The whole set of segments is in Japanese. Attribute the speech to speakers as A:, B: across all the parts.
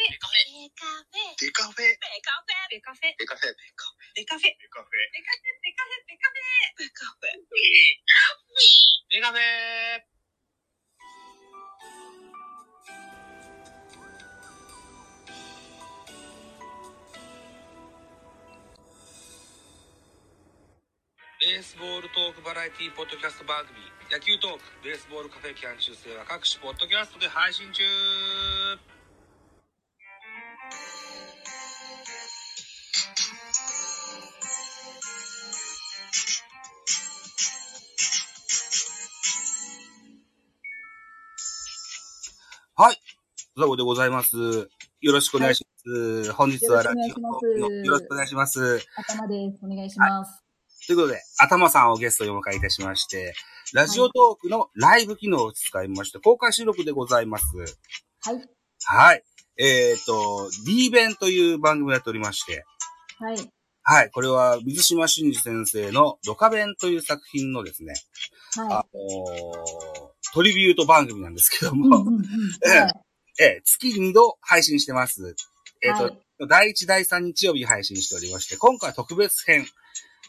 A: デカフェ。
B: デカフェ。
A: デカフェ。
C: デカフェ、
B: デカフェ。
C: デカフェ、
B: デカフェ。
C: デカフェ、デカフェ、デカフ
A: デカフェ。
C: ェ。
B: デカフェ
D: ベースボールトークバラエティポッドキャスト番組野球トークベースボールカフェ期間中制は各種ポッドキャストで配信中はい。ザボでございます。よろしくお願いします。本日はラジオトークのよろ
E: よろ
D: し
E: し
D: く
E: く
D: お願いします。
E: 頭です。お願いします。
D: ということで、頭さんをゲストにお迎えいたしまして、ラジオトークのライブ機能を使いまして、公開収録でございます。
E: はい。
D: はい。えっ、ー、と、D 弁という番組をやっておりまして、
E: はい。
D: はい。これは、水島真嗣先生のドカ弁という作品のですね、あ
E: は
D: のートリビュート番組なんですけど
E: い。うん
D: も、
E: うんうんはい
D: えー月2度配信してます。えっ、と、
E: はい
D: 第1、第3日曜日配信しておりまして、今回は特別編、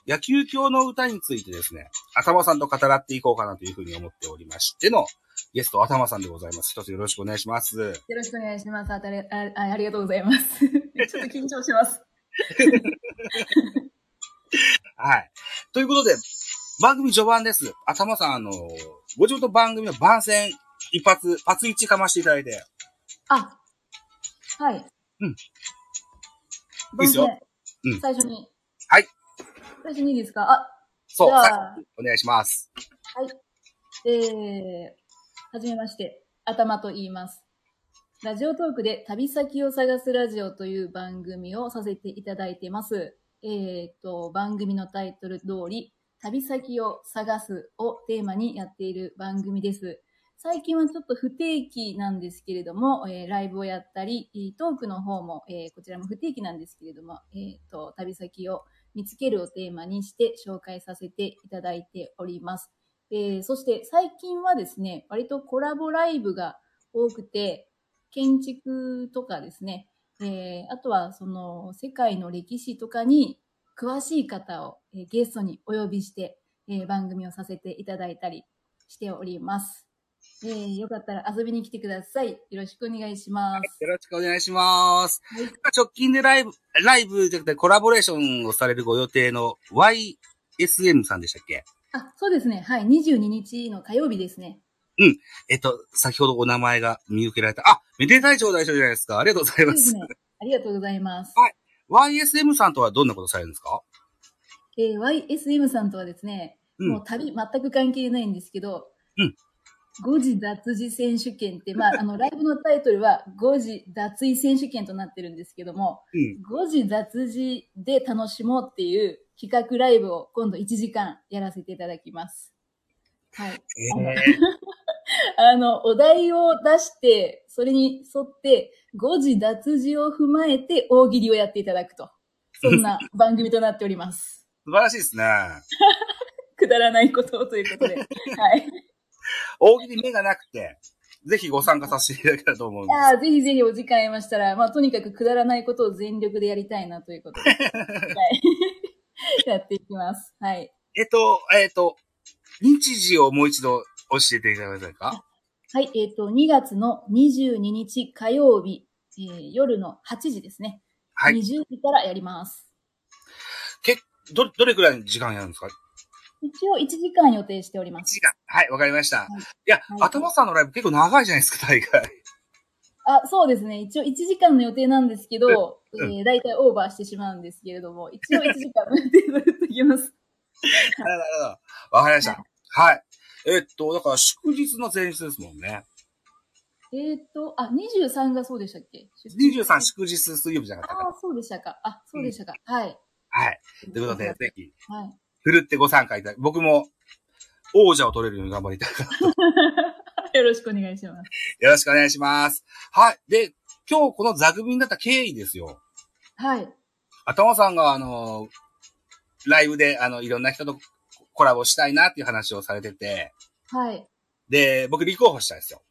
D: 野球教の歌についてですね、頭さんと語らっていこうかなというふうに思っておりましての、ゲスト頭さんでございます。一つよろしくお願いします。
E: よろしくお願いします。あたりああありがとうございます。ち ょっと緊張します。
D: はい。ということで、番組序盤です。頭さん、あの、ご自分の番組の番宣、一発、パツ一かましていただいて。
E: あ、はい。
D: うん。いい
E: 番宣
D: っすようん
E: 最初に。
D: はい。
E: 最初にいいですかあ、
D: そう、
E: じゃあ
D: さお願いします。
E: えー、はじめまして、頭と言います。ラジオトークで旅先を探すラジオという番組をさせていただいてます。えー、と、番組のタイトル通り、旅先を探すをテーマにやっている番組です。最近はちょっと不定期なんですけれども、えーライブをやったり、えートークの方も、えーこちらも不定期なんですけれども、えー、と、旅先を見つけるをテーマにして紹介させていただいております。えーそして最近はですね、割とコラボライブが多くて、建築とかですね、えーあとはその世界の歴史とかに詳しい方を、えーゲストにお呼びして、えー番組をさせていただいたりしております。えーよかったら遊びに来てください。よろしくお願いします。
D: よろしくお願いします。
E: はい
D: 直近でライブ、ライブじゃなくてコラボレーションをされるご予定の YSM さんでしたっけ
E: あ、そうですね。はい。22日の火曜日ですね。
D: えっと、先ほどお名前が見受けられた。あ、めでたい頂戴賞じゃないですか。ありがとうござい
E: そう
D: ま
E: です
D: す。
E: ね。ありがとうございます。
D: YSM さんとはどんなことされるんですか
E: えー YSM さんとはですね、
D: うん
E: もう旅全く関係ないんですけど、
D: うん
E: 誤字脱字選手権って、まあ、あのライブのタイトルは誤字脱衣選手権となってるんですけども、
D: うん
E: 誤字脱字で楽しもうっていう企画ライブを今度1時間やらせていただきます。 はい。あの、お題を出して、それに沿って、誤字脱字を踏まえて大喜利をやっていただくと。そんな番組となっております。
D: 素晴らしいですね。
E: くだらないことをとい うことで。はい。
D: 大喜利目がなくて、ぜひご参加させていただけたらと思うんで
E: ああ、ぜひぜひお時間ありましたら、まあ、とにかくくだらないことを全力でやりたいなという こ とで。はい。やっていきます。はい。
D: す。えっと、えっと、日時をもう一度教えていただけませんか
E: はい。えっ、と、2月の22日火曜日、えー夜の8時ですね。
D: はい。
E: 20時からやります。
D: ど、どれくらいの時間やるんですか
E: 一応1時間予定しておりま
D: ?1
E: す
D: 時。間。はい、わかりました。いや、
E: はい
D: 頭さんのライブ結構長いじゃないですか、大会。
E: あ、そうですね。一応1時間の予定なんですけど、
D: う
E: え
D: ん
E: ー、大体オーバーしてしまうんですけれども、一応1時間の予定でやっていきます。
D: なるほど。わかりました。はい。えっと、だから祝日の前日ですもんね。
E: えっ、と、あ、23がそうでしたっけ
D: 23祝日水曜日じゃなかったかな
E: ああ、そうでしたか。あ、そうでしたか。はい。
D: はい。ということで、ぜひ、
E: はい。
D: ふるってご参加いただき、僕も王者を取れるように頑張りたい から。
E: よろしくお願いします。
D: よろしくお願いします。はい。で、今日この座組になった経緯ですよ。
E: はい。
D: 頭さんが、あのーライブで、あの、いろんな人とコラボしたいなっていう話をされてて、
E: はい。
D: で、僕立候補したんですよ。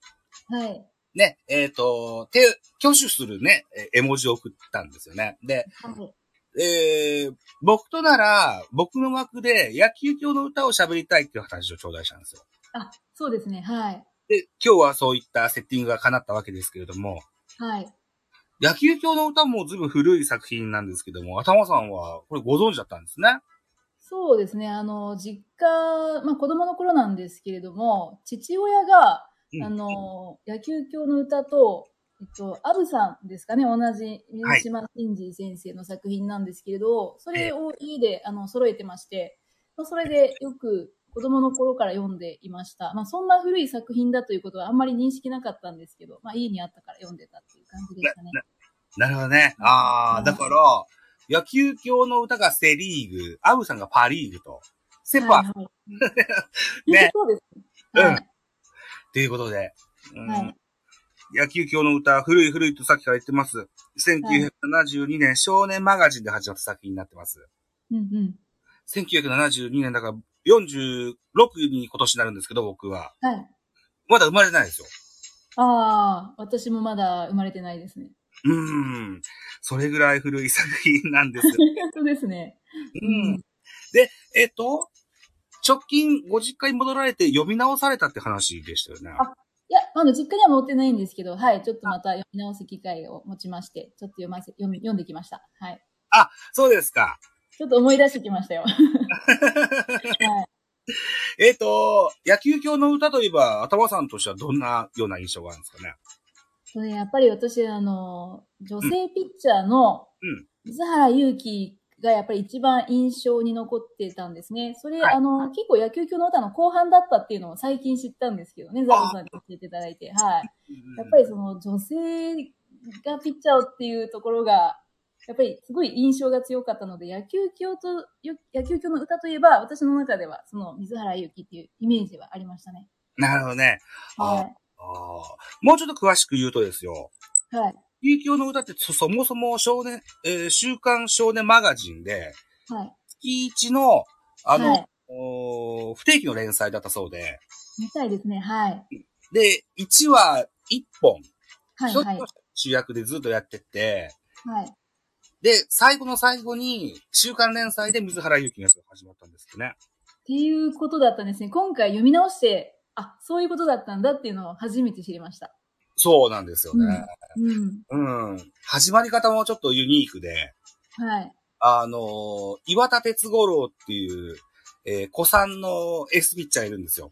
E: はい。
D: ね、えっ、と、手、挙手するね、え絵文字を送ったんですよね。で、
E: はい。
D: えー、僕となら、僕の枠で野球教の歌を喋りたいっていう話を頂戴したんですよ。
E: あ、そうですね。はい。
D: で、今日はそういったセッティングが叶ったわけですけれども、
E: はい。
D: 野球教の歌もずいぶん古い作品なんですけども、頭さんはこれご存知だったんですね。
E: そうですね。あの、実家、まあ子供の頃なんですけれども、父親が、
D: うん
E: あの、野球教の歌と、えっと、アブさんですかね、同じ水島新司先生の作品なんですけれど、それを家であの揃えてまして、まあそれでよく子供の頃から読んでいました。まあそんな古い作品だということはあんまり認識なかったんですけど、まあ家にあったから読んでたっていう感じでしたね。
D: なるほどね。あ
E: う
D: あ、
E: ん
D: だから、野球教の歌がセリーグ、アブさんがパリーグと、セパ、
E: はい
D: っ
E: はい、
D: ね
E: そうです
D: う
E: ね。
D: ん
E: はい
D: ていうことで、うん
E: はい
D: 野球教の歌、古い古いとさっきから言ってます。1972年、少年マガジンで始まった作品になってます。
E: うんうん。
D: 1972年だから、46に今年になるんですけど、僕は。
E: はい。
D: まだ生まれてないですよ。
E: ああ、私もまだ生まれてな いですね。
D: うーん。それぐらい古い作品なんです。
E: そうですね。
D: うん。で、えっと、直近ご実家に戻られて読み直されたって話でしたよね。
E: あいや、あの、実家には持ってないんですけど、はい、ちょっとまた読み直す機会を持ちまして、ちょっと読ませ、読み、読んできました。はい。
D: そうですか。
E: ちょっと思い出してきま したよ。はい。
D: えっと、野球教の歌といえば、頭さんとしてはどんなような印象があるんですかね。
E: それやっぱり私、あの、女性ピッチャーの
D: うん、
E: 水原祐希がやっぱり一番印象に残ってたんですね。それ、
D: はい
E: あの、結構野球教の歌の後半だったっていうのを最近知ったんですけどね、ザボさんに教えていただいて、はい。やっぱりその女性がピッチャーをっていうところが、やっぱりすごい印象が強かったので、野球教と、よ野球教の歌といえば、私の中では、その水原ゆきっていうイメージはありましたね。
D: なるほどね。あ
E: は
D: あもうちょっと詳しく言うとですよ。
E: い。はい。
D: 野球教の歌ってそそもそも少年、えー週刊少年マガジンで、
E: はい。
D: 月一の、あの、
E: はい
D: おー不定期の連載だったそうで、
E: みたいですね。はい。
D: で、1話1本、
E: はい。
D: 一つ
E: はい
D: の。主役でずっとやってって、
E: はい。
D: で、最後の最後に、週刊連載で水原ゆきのやつが始まったんですよね。
E: っていうことだったんですね。今回読み直して、あ、そういうことだったんだっていうのを初めて知りました。
D: そうなんですよね。
E: う
D: う
E: ん。
D: ん。始まり方もちょっとユニークで、
E: はい。
D: あのー岩田哲五郎っていう、えー、子さんのエースピッチャーいるんですよ。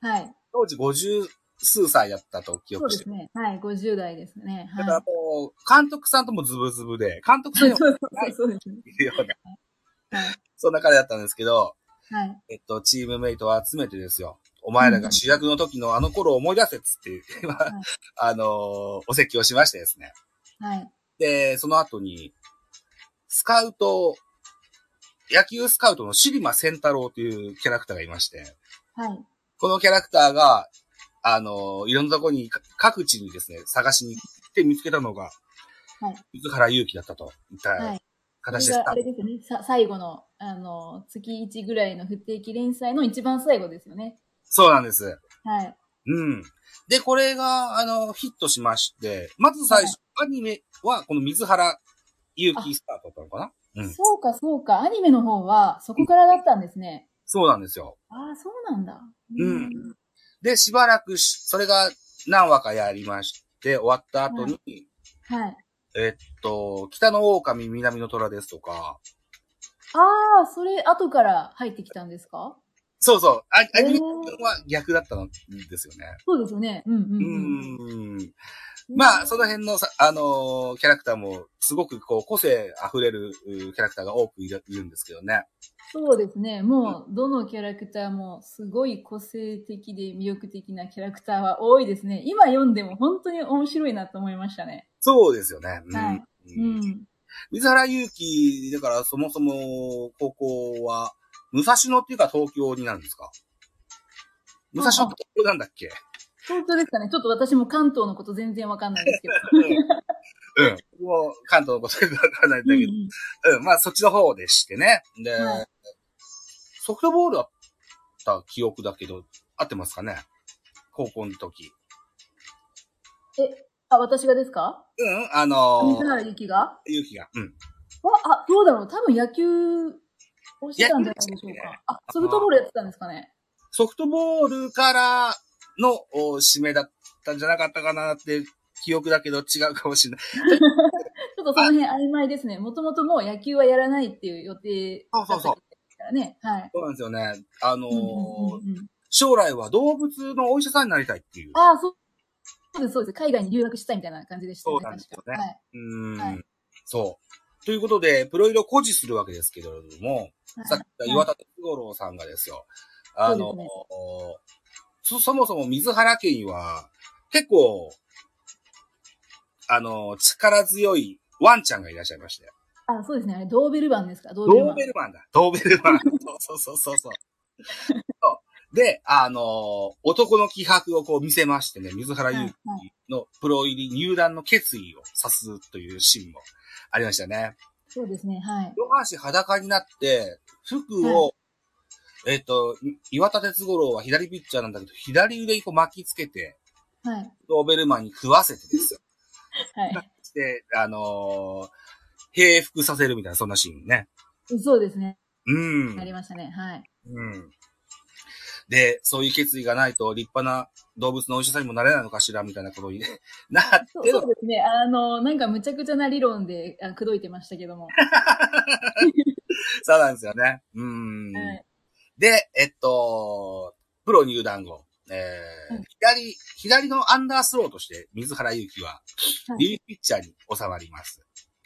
E: はい。
D: 当時50数歳だったと記
E: そう
D: 憶
E: で
D: して
E: す
D: る。
E: ね。はい。50代ですね。
D: だから
E: は
D: もう、監督さんともズブズブで、監督さん
E: い。
D: にも
E: そうそうそうですね。
D: いるような、
E: はい。
D: そんな彼だったんですけど、
E: はい。
D: えっと、チームメイトを集めてですよ。お前らが主役の時のあの頃を思い出せっつって、今、
E: い
D: あのーお説教しましてですね。
E: はい。
D: で、その後に、スカウト、野球スカウトのシリマ仙太郎というキャラクターがいまして、
E: はい。
D: このキャラクターが、あのーいろんなとこに、か各地にですね、探しに行って見つけたのが、
E: はい
D: 水原祐希だったといっ
E: は
D: た
E: い
D: 形
E: そ
D: で
E: れ
D: し
E: が
D: た。
E: あれですよね。さ最後の、あの、月1ぐらいの不定期連載の一番最後ですよね。
D: そうなんです。
E: はい。
D: うん。で、これが、あの、ヒットしまして、まず最初、アニメは、この水原ゆきスタートだったのかなうん。
E: そうか、そうか。アニメの方は、そこからだったんですね。
D: そうなんですよ。
E: ああ、そうなんだ。
D: うん。で、しばらくし、それが何話かやりまして、終わった後に、
E: はい。
D: えっと、北の狼、南の虎ですとか、
E: ああ、それ、後から入ってきたんですか
D: そうそう、あア
E: ー
D: ニメは逆だったんですよね。
E: そうですよね。うんう
D: う
E: んうん。
D: ん。まあ、その辺のさ、あのーキャラクターも、すごくこう、個性溢れるうーキャラクターが多くいるいるんですけどね。
E: そうですね。もう、どのキャラクターも、すごい個性的で魅力的なキャラクターは多いですね。今読んでも本当に面白いなと思いましたね。
D: そうですよね。うん
E: はいうん。
D: 水原祐希、だからそもそも高校は、武蔵野っていうか東京になるんですか武蔵野って東京なんだっけ
E: 本当ですかね。ちょっと私も関東のこと全然わかんないで すけど。
D: うん。もう関東のことよくわからないんだけど、うん、まあそっちの方でしてね。で、
E: はい
D: ソフトボールだった記憶だけど、合ってますかね高校の時。
E: あ、私がですか
D: うん、あの
E: 水
D: ー、
E: 原ゆきが
D: ゆきが。うん。
E: あ、あ、どうだろう多分野球をしてたんじゃないでしょう
D: 野球ですね
E: か。あ、ソフトボールやってたんですかね。
D: ソフトボールからのお指名だったんじゃなかったかなって、記憶だけど違うかもしれない。
E: ちょっとその辺曖昧ですね。もともともう野球はやらないっていう予定だった
D: そうそうそう
E: ですからね。はい。
D: そうなんですよね。あのー
E: うんうんうんうん
D: 将来は動物のお医者さんになりたいっていう。
E: ああ、そうそうです、そうです。海外に留学したいみたいな感じでしたね。
D: そうなんですよね
E: 確かはい。
D: うーん、
E: は
D: そう。ということで、プロいろ誇示するわけですけれども、
E: はい
D: さっき言った岩田哲五郎さんがですよ、あの、
E: そうですね
D: そそもそも水原家には、結構、あの、力強いワンちゃんがいらっしゃいまして。
E: あ、そうですね。あれ、ドーベルマンですかド
D: ド
E: ーベルマ
D: ー
E: ン。
D: ベルマンだ。ドーベルマン。そうそうそう そう。そうで、あの、男の気迫をこう見せましてね、水原
E: はい
D: 優
E: はい
D: のプロ入り入団の決意を指すというシーンもありましたね。
E: そうですね。はい。
D: 両半身裸になって、服を、えっと、岩田哲五郎は左ピッチャーなんだけど、左腕にこう巻きつけて、
E: はい。
D: ドーベルマンに食わせてですよ。
E: はい。
D: で、あのー、平服させるみたいな、そんなシーンね。
E: そうですね。
D: うん
E: あ。りましたね。はい。
D: うん。で、そういう決意がないと立派な動物のお医者さんにもなれないのかしら、みたいなことになっ
E: そう
D: て
E: そ
D: の
E: うですね。あの、なんかむちゃくちゃな理論で、あ、口説いてましたけども。
D: そうなんですよね。うん。
E: はい。
D: で、えっと、プロ入団後、えー
E: うん
D: 左、左のアンダースローとして水原ゆきは
E: は、い
D: リリーフピッチャーに収まります。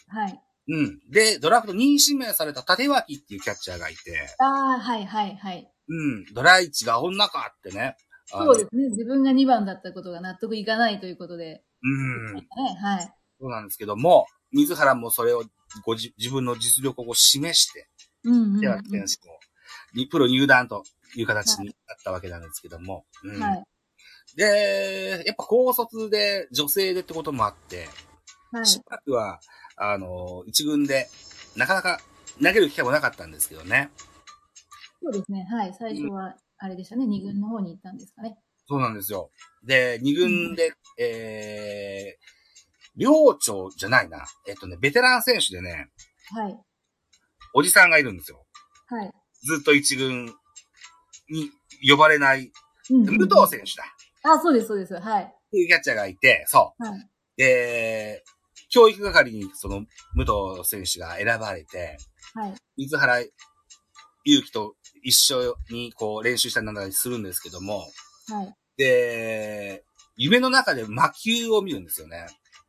E: はい。
D: うん。で、ドラフト2位指名された立脇っていうキャッチャーがいて、
E: ああ、はい、はい、はい。
D: うん。ドラ1が女かってね。あの
E: そうですね。自分が2番だったことが納得いかないということで。
D: うん。
E: ね、はい。
D: そうなんですけども、水原もそれをごじ自分の実力をこう示して、
E: うんうん、うん。
D: 手は選手も、にプロ入団という形になったわけなんですけども。うん
E: はい。
D: で、やっぱ高卒で女性でってこともあって、
E: はい。
D: しばらくは、あの、一軍で、なかなか投げる機会もなかったんですけどね。
E: そうですね。はい。最初は、あれでしたね。2軍の方に行ったんですかね。
D: そうなんですよ。で、二軍で、えー、寮長じゃないな。えっとね、ベテラン選手でね、
E: はい。
D: おじさんがいるんですよ。
E: はい。
D: ずっと一軍に呼ばれない、
E: うんうん
D: 武藤選手だ。
E: あ、そうです、そうです。はい。
D: っていうキャッチャーがいて、そう。
E: はい。
D: で、教育係にその武藤選手が選ばれて、
E: はい。
D: 水原祐希と一緒にこう練習したりなんだりするんですけども、
E: はい。
D: で、夢の中で魔球を見るんですよね。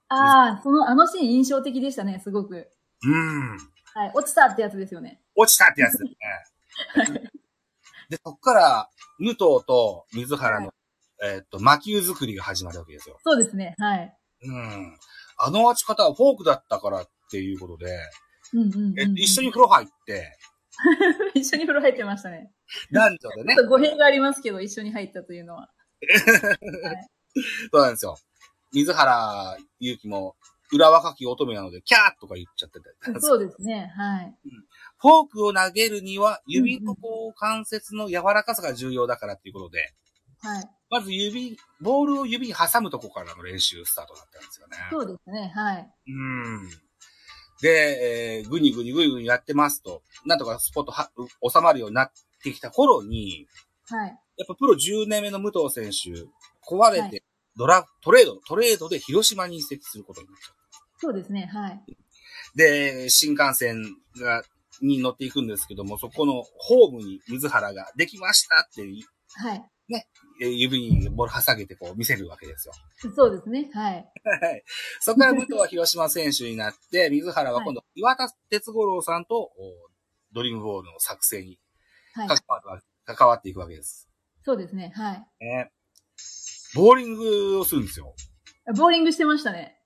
E: ああ、その、あのシーン印象的でしたね、すごく。
D: うん。
E: はい。落ちたってやつですよね。
D: 落ちたってやつですね。 で、そこから、武藤と水原の、えーっと、魔球作りが始まるわけですよ。
E: そうですね。はい。
D: うん。あの落ち方はフォークだったからっていうことで、
E: うんうんうん、
D: え
E: うん。
D: 一緒に。風呂入って、
E: 一緒に風呂入ってましたね。
D: 男女でね
E: ちょっ、と語弊がありますけど、一緒に入ったというの は。
D: そうなんですよ。水原ゆきも、裏若き乙女なので、キャーとか言っちゃってて。
E: そうですね。はい。
D: フォークを投げるには、指のこう、関節の柔らかさが重要だからっていうことで、
E: はい。
D: まず指、ボールを指に挟むとこからの練習スタートだったんですよね。
E: そうですね。はい。
D: うん。で、えーぐにぐにぐにぐにやってますと、なんとかスポットは収まるようになってきた頃に、
E: はい。
D: やっぱプロ10年目の武藤選手、壊れ
E: は
D: て、ドラ、トレード、トレードで広島に移籍することになっちゃう。
E: そうですね。はい。
D: で、新幹線が、に乗っていくんですけども、そこのホームに水原ができましたって、
E: はい。
D: えー指にボール挟げてこう見せるわけですよ。
E: そうですね。はい。
D: はい。そこから武藤は広島選手になって、水原は今度岩田哲五郎さんと、おドリームボールの作成に
E: はい
D: 関。わるわ関わっていくわけです。
E: そうですね。はい。
D: ね。ボーリングをするんですよ。
E: ボーリングしてましたね。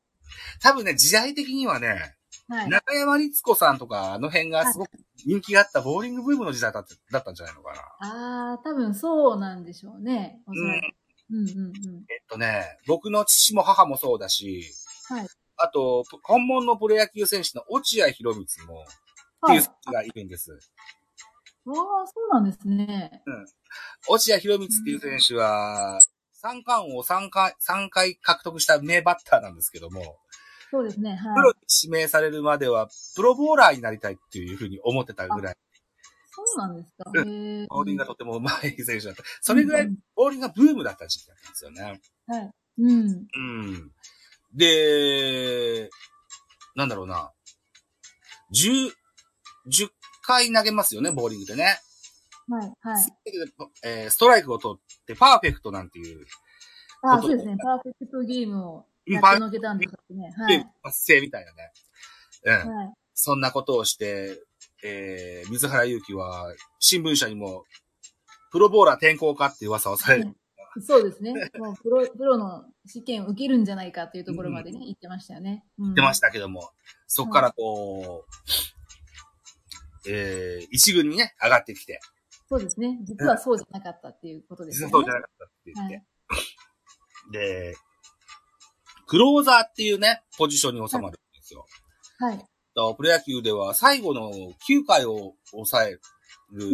D: 多分ね、時代的にはね、
E: はい。
D: 中山律子さんとか、あの辺がすごく人気があったボーリングブームの時代だっただったんじゃないのかな。
E: ああ、多分そうなんでしょうね。おそらく。うんうんう
D: え
E: ん。
D: っとね、僕の父も母もそうだし、
E: はい
D: あと、本物のプロ野球選手の落合博光も、って
E: はい。
D: いう
E: わ
D: 選手がいるんです。
E: あ、そうなんですね。
D: 落合博光っていう選手は、三冠王を3回、3回獲得した名バッターなんですけども、
E: そうですね。
D: プ
E: は
D: ロ
E: い。
D: に指名されるまでは、プロボーラーになりたいっていうふうに思ってたぐらい、
E: そうなんですか。
D: う
E: へえ。
D: ボーリングがとてもうまい選手だった。それぐらい、ボーリングがブームだった時期だったんですよね。
E: うん。
D: うん。で、なんだろうな。10、10回投げますよね、ボーリングってね。
E: はい。はい。
D: えーストライクを取ってパーフェクトなんていう、
E: あそうですね。パーフェクトゲームをやってのけたんですね。はい。
D: 達成みたいなね。うん。
E: はい。
D: そんなことをして、えー、水原祐希は、新聞社にも、プロボーラー転校かって噂をされる。
E: そうですね。もうプロ、プロの試験を受けるんじゃないかというところまでね、言ってましたよね。言っ。
D: 出ましたたけども、そこからこう、えー、一軍にね、上がってきて、
E: そうですね。実はそうじゃなかったっていうことです
D: 実
E: よ
D: はそ
E: ね。
D: うじゃなかったって言っ
E: は
D: て、
E: い。
D: で、クローザーっていうね、ポジションに収まるんですよ。
E: はい。
D: だからプロ野球では最後の9回を抑える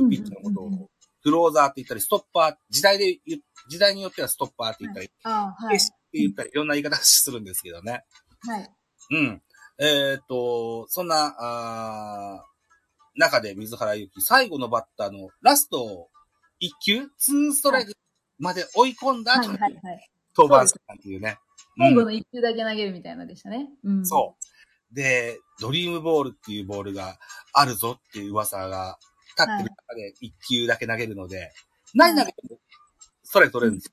D: ピッチャーのこと
E: うんうんうんう
D: を、クローザーって言ったり、ストッパー、時代で言う、時代によってはストッパーって言ったり、
E: ああ、はい
D: っ。て言ったり、いろんな言い方するんですけどね。
E: はい。
D: うん。えっ、と、そんな、あー中で水原ゆき、最後のバッターのラスト1球、2ストライクまで追い込んだ
E: はい。
D: 後
E: は
D: に
E: い。はい。
D: 登板したっていうね。
E: 最後
D: うん
E: の一球だけ投げるみたいなのでしたね。うん。
D: そう。で、ドリームボールっていうボールがあるぞっていう噂が立ってる中で1球だけ投げるので、何投げてもストライク取れるんですよ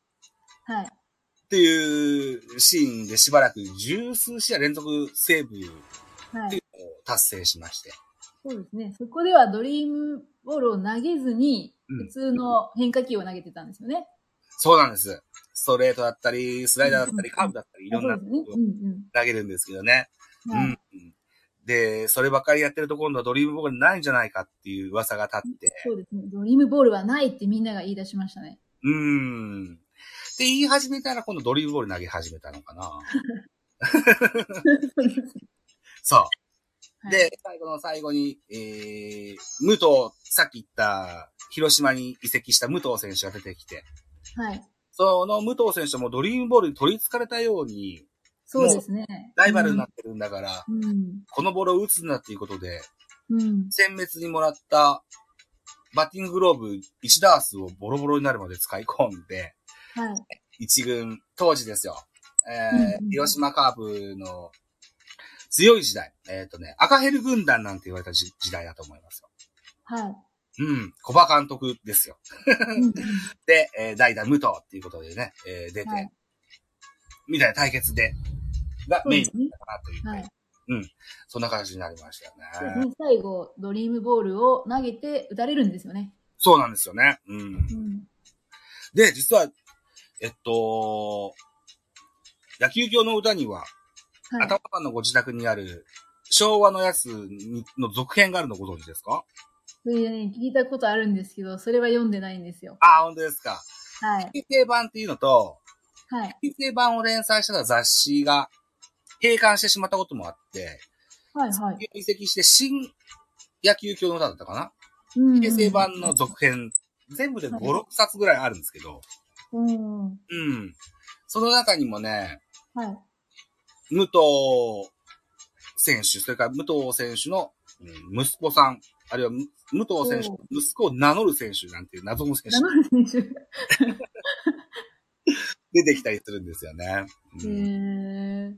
E: う。はい。
D: っていうシーンでしばらく十数試合連続セーブ
E: は
D: ってい
E: い。
D: うのを達成しまして。
E: そうですね。そこではドリームボールを投げずに、
D: うん
E: 普通の変化球を投げてたんですよね。
D: そうなんです。ストレートだったり、スライダーだったり、カーブだったり、いろんな
E: あそうですね。
D: のを
E: うん
D: 投げるんですけどね。
E: うん。
D: う
E: はい
D: ん。で、そればっかりやってると今度はドリームボールないんじゃないかっていう噂が立って。
E: そうですね。ドリームボールはないってみんなが言い出しまし たね。
D: うーん。で、言い始めたら今度ドリームボール投げ始めたの かな。そう。
E: はい
D: で、、最後の最後に、えー、武藤、さっき言った、広島に移籍した武藤選手が出てきて、
E: はい。
D: その武藤選手もドリームボールに取り憑かれたように、
E: そうですね。
D: ライバルになってるんだから、
E: うん。
D: このボールを打つんだっていうことで、
E: うん。
D: 殲滅にもらった、バッティンググローブ1ダースをボロボロになるまで使い込んで、
E: はい。
D: 1軍、当時ですよ。えー
E: うんうん
D: 広島カープの強い時代。えっ、とね、赤ヘル軍団なんて言われた時時代だと思いますよ。
E: はい。
D: うん、小場監督ですよ。
E: うん
D: で、えー代打武藤っていうことでね、えー出て、
E: はい
D: みたいな対決で、が
E: そう
D: メイン
E: ですね。
D: だったかなというか、
E: はい。
D: そんな形になりましたよ
E: そうです
D: ね。
E: ね最後、ドリームボールを投げて打たれるんですよね。
D: そうなんですよね。うん
E: う。ん。
D: で、実は、えっと、野球教の歌には、
E: はい。
D: 頭さんのご自宅にある昭和のやつにの続編があるのご存知ですか
E: それでね、聞いたことあるんですけど、それは読んでないんですよ。
D: ああ、本当ですか。
E: はい。
D: 旧訂版っていうのと、
E: はい。
D: 旧訂版を連載してた雑誌が閉刊してしまったこともあって、
E: はい。はい。
D: 移籍して新野球教の歌だったかな
E: うん
D: 平成版の続編、全部で5、
E: はい
D: 6冊ぐらいあるんですけど、
E: うん。
D: う
E: は
D: ん。その中にもね、
E: い。
D: 武藤選手、それから武藤選手のうん息子さん、あるいはむ武藤選手の息子を名乗る選手なんていう謎の選手
E: 名前選
D: 出てきたりするんですよね。う
E: 手。へ
D: ん
E: ー。
D: は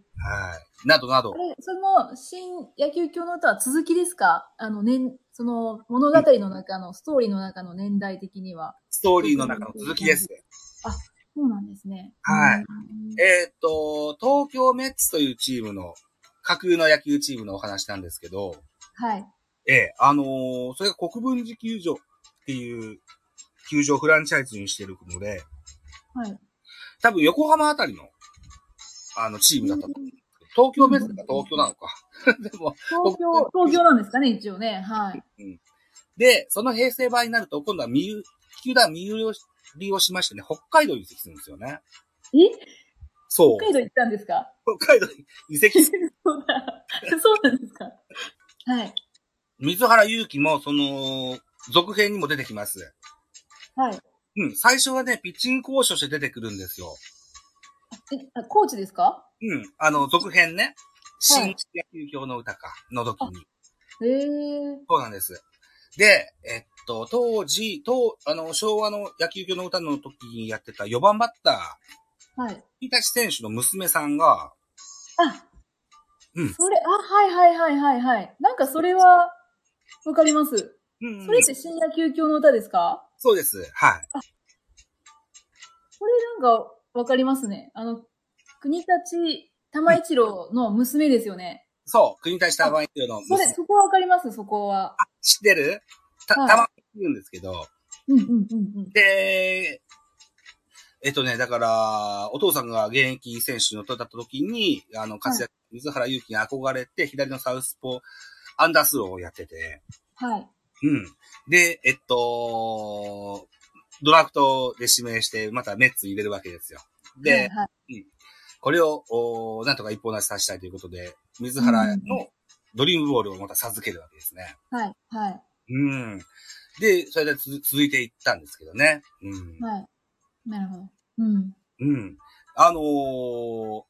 D: い。などなど
E: あ。れ、その、新野球教の歌は続きですかあの、年、その、物語の中の、ストーリーの中の年代的には。
D: ストーリーの中の続きです。
E: そうなんですね。
D: はい
E: うん。
D: えーっと、東京メッツというチームの、架空の野球チームのお話なんですけど、
E: はい。
D: ええ、あのーそれが国分寺球場っていう球場をフランチャイズにしてるので、
E: はい。
D: 多分横浜あたりの、あの、チームだったと思うんですけど、東京ベースが東京なのか。 でも、
E: 東京、東京なんですかね、一応ね。はい。
D: で、その平成版になると、今度はみゆ、球団見売りをしましてね、北海道に移籍するんですよね。
E: え
D: そう
E: 北。海道行ったんですか
D: 北海道に移籍する。
E: そうだ。そうなんですかはい。
D: 水原祐希も、その、続編にも出てきます。
E: はい。
D: うん、最初はね、ピッチング講師として出てくるんですよ。
E: え、あコーチですか
D: うん、あの、続編ね。
E: はい
D: 新地野球教の歌か、の時に。
E: ええ
D: そうなんです。で、えっと、当時、当、あの、昭和の野球教の歌の時にやってた4番バッター、
E: はい。
D: 日立選手の娘さんが、
E: あ、
D: うん
E: それ、あ、はいはいはいはいはい。なんかそれは、わかります。
D: うん
E: それって新野球教の歌ですか
D: そうです。はい。
E: それなんかわかりますね。あの、国立玉一郎の娘ですよね。
D: そう、国立ターバンエーの
E: それ、
D: 娘。
E: そこはわかります、そこは。
D: 知ってるた、
E: はい
D: たまに言うんですけど。
E: うんうんうんうん。
D: で、えっとね、だから、お父さんが現役選手のとだった時に、あの、活躍、水原祐希に憧れて、左のサウスポー、アンダースローをやってて、
E: はい。
D: うん。で、えっと、ドラフトで指名して、またメッツ入れるわけですよ。で、
E: はいはい、
D: これを、おーなんとか一本なしさせたいということで、水原のドリームボールをまた授けるわけですね。
E: はい、はい、
D: うん。で、それでつづ続いていったんですけどね。うん。
E: はい。なるほど。うん。
D: うん。あのー、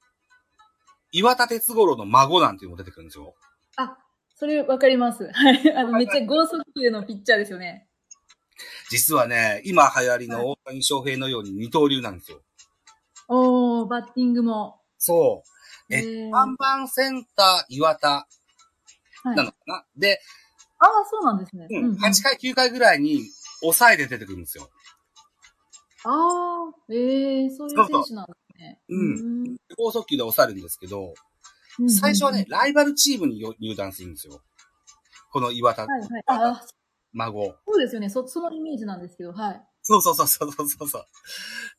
D: 岩田哲五郎の孫なんていうのも出てくるんですよ。
E: あ、それわかります。 はい。あの、めっちゃ剛速球のピッチャーですよね。
D: 実はね、今流行りの大谷翔平のように二刀流なんですよ。
E: おー、バッティングも。
D: そえ
E: え
D: う。
E: ー
D: 看板センター岩田
E: はい、
D: なのかな、で、
E: ああ、そうなんですね。
D: うん、8回、9回ぐらいに抑えで出てくるんですよ。
E: ああ、ええー、そういう選手なんですね。
D: そうそ
E: ん
D: 高速球で抑えるんですけど、
E: うん
D: 最初はね、、ライバルチームによ入団するんですよ。この岩田
E: はいはい。ああ、
D: 孫。
E: そうですよね。そ、そのイメージなんですけど、はい。
D: そうそうそうそうそうそうそう。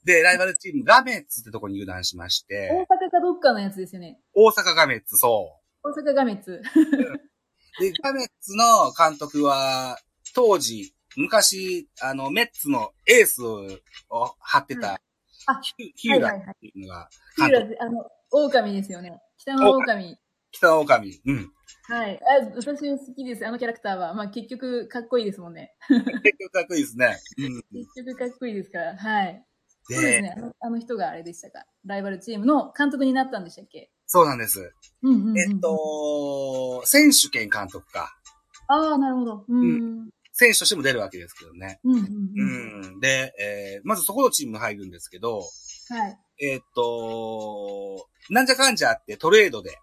D: で、ライバルチーム、ガメッツってとこに入団しまし
E: 大阪
D: て、
E: かどっかのやつですよね。
D: 大阪ガメッツ、そ
E: 大阪ガメッツ。
D: う。で、ガメッツの監督は、当時、昔、あの、メッツのエースを張って
E: は
D: た
E: あ、
D: ヒュヒューラ
E: はいはい
D: ー
E: はい
D: っていうのが、
E: ヒュー
D: 監
E: ラ
D: 督、
E: あの、狼ですよね。北の狼。
D: 北の狼。うん。
E: はい。あ私好きです。あのキャラクターは。まあ結局かっこいいですもんね。
D: 結局かっこいいですね。うん。
E: 結局かっこいいですから。はい。そうで
D: で、
E: すね。あのあの人があれでしたか。ライバルチームの監督になったんでしたっけ
D: そうなんです。
E: うんうん、うん。
D: えっ。と、選手兼監督か。
E: ああ、なるほど。うん。うん
D: 選手としても出るわけですけどね。
E: うん
D: う
E: うん。
D: ん。で、えーまずそこのチームに入るんですけど、
E: はい。
D: えーっと、なんじゃかんじゃあってトレードで、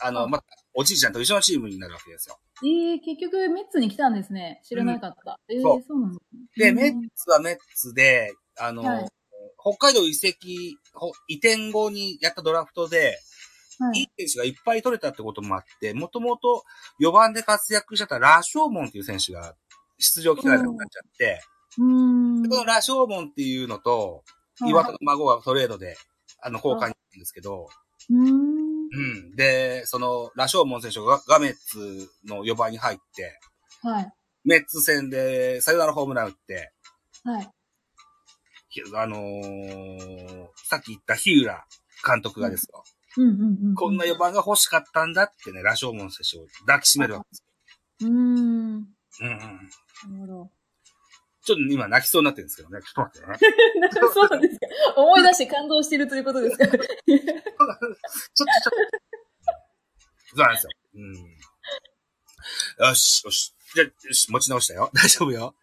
D: あの、
E: うん
D: また、おじいちゃんと一緒のチームになるわけですよ。
E: えー、結局メッツに来たんですね。知らなかった。え
D: そ
E: ー、そううなんですね。
D: で、
E: うん
D: メッツはメッツで、あの、
E: はい
D: 北海道移籍、ほ移転後にやったドラフトで、、
E: はい
D: い
E: い。
D: 選手がいっぱい取れたってこともあって、もともと4番で活躍してたラショーモンっていう選手が出場機会がなくなっちゃって、
E: うーん。
D: でこのラショーモンっていうのと、岩田の孫がトレードで、あの、交換になるんですけど、
E: うーん。
D: うん。で、その、ラショーモン選手がガメッツの4番に入って、
E: はい。
D: メッツ戦でサヨナラホームラン打って、
E: はい。
D: ひあのーさっき言った日浦監督がですよ、
E: うんうんうん。
D: こんな4番が欲しかったんだってね、ラショーモン選手を抱きしめるわけです
E: うーん。な
D: よ。うんうん。
E: るほど。
D: ちょっと今泣きそうになってるんですけどね、ちょっと待ってね。
E: そうなんですか。思い出して感動してるということですか。
D: ちょっと、ちょっと。そうなんですよ。うん。よし、よし。じゃ、よし、持ち直したよ。大丈夫よ。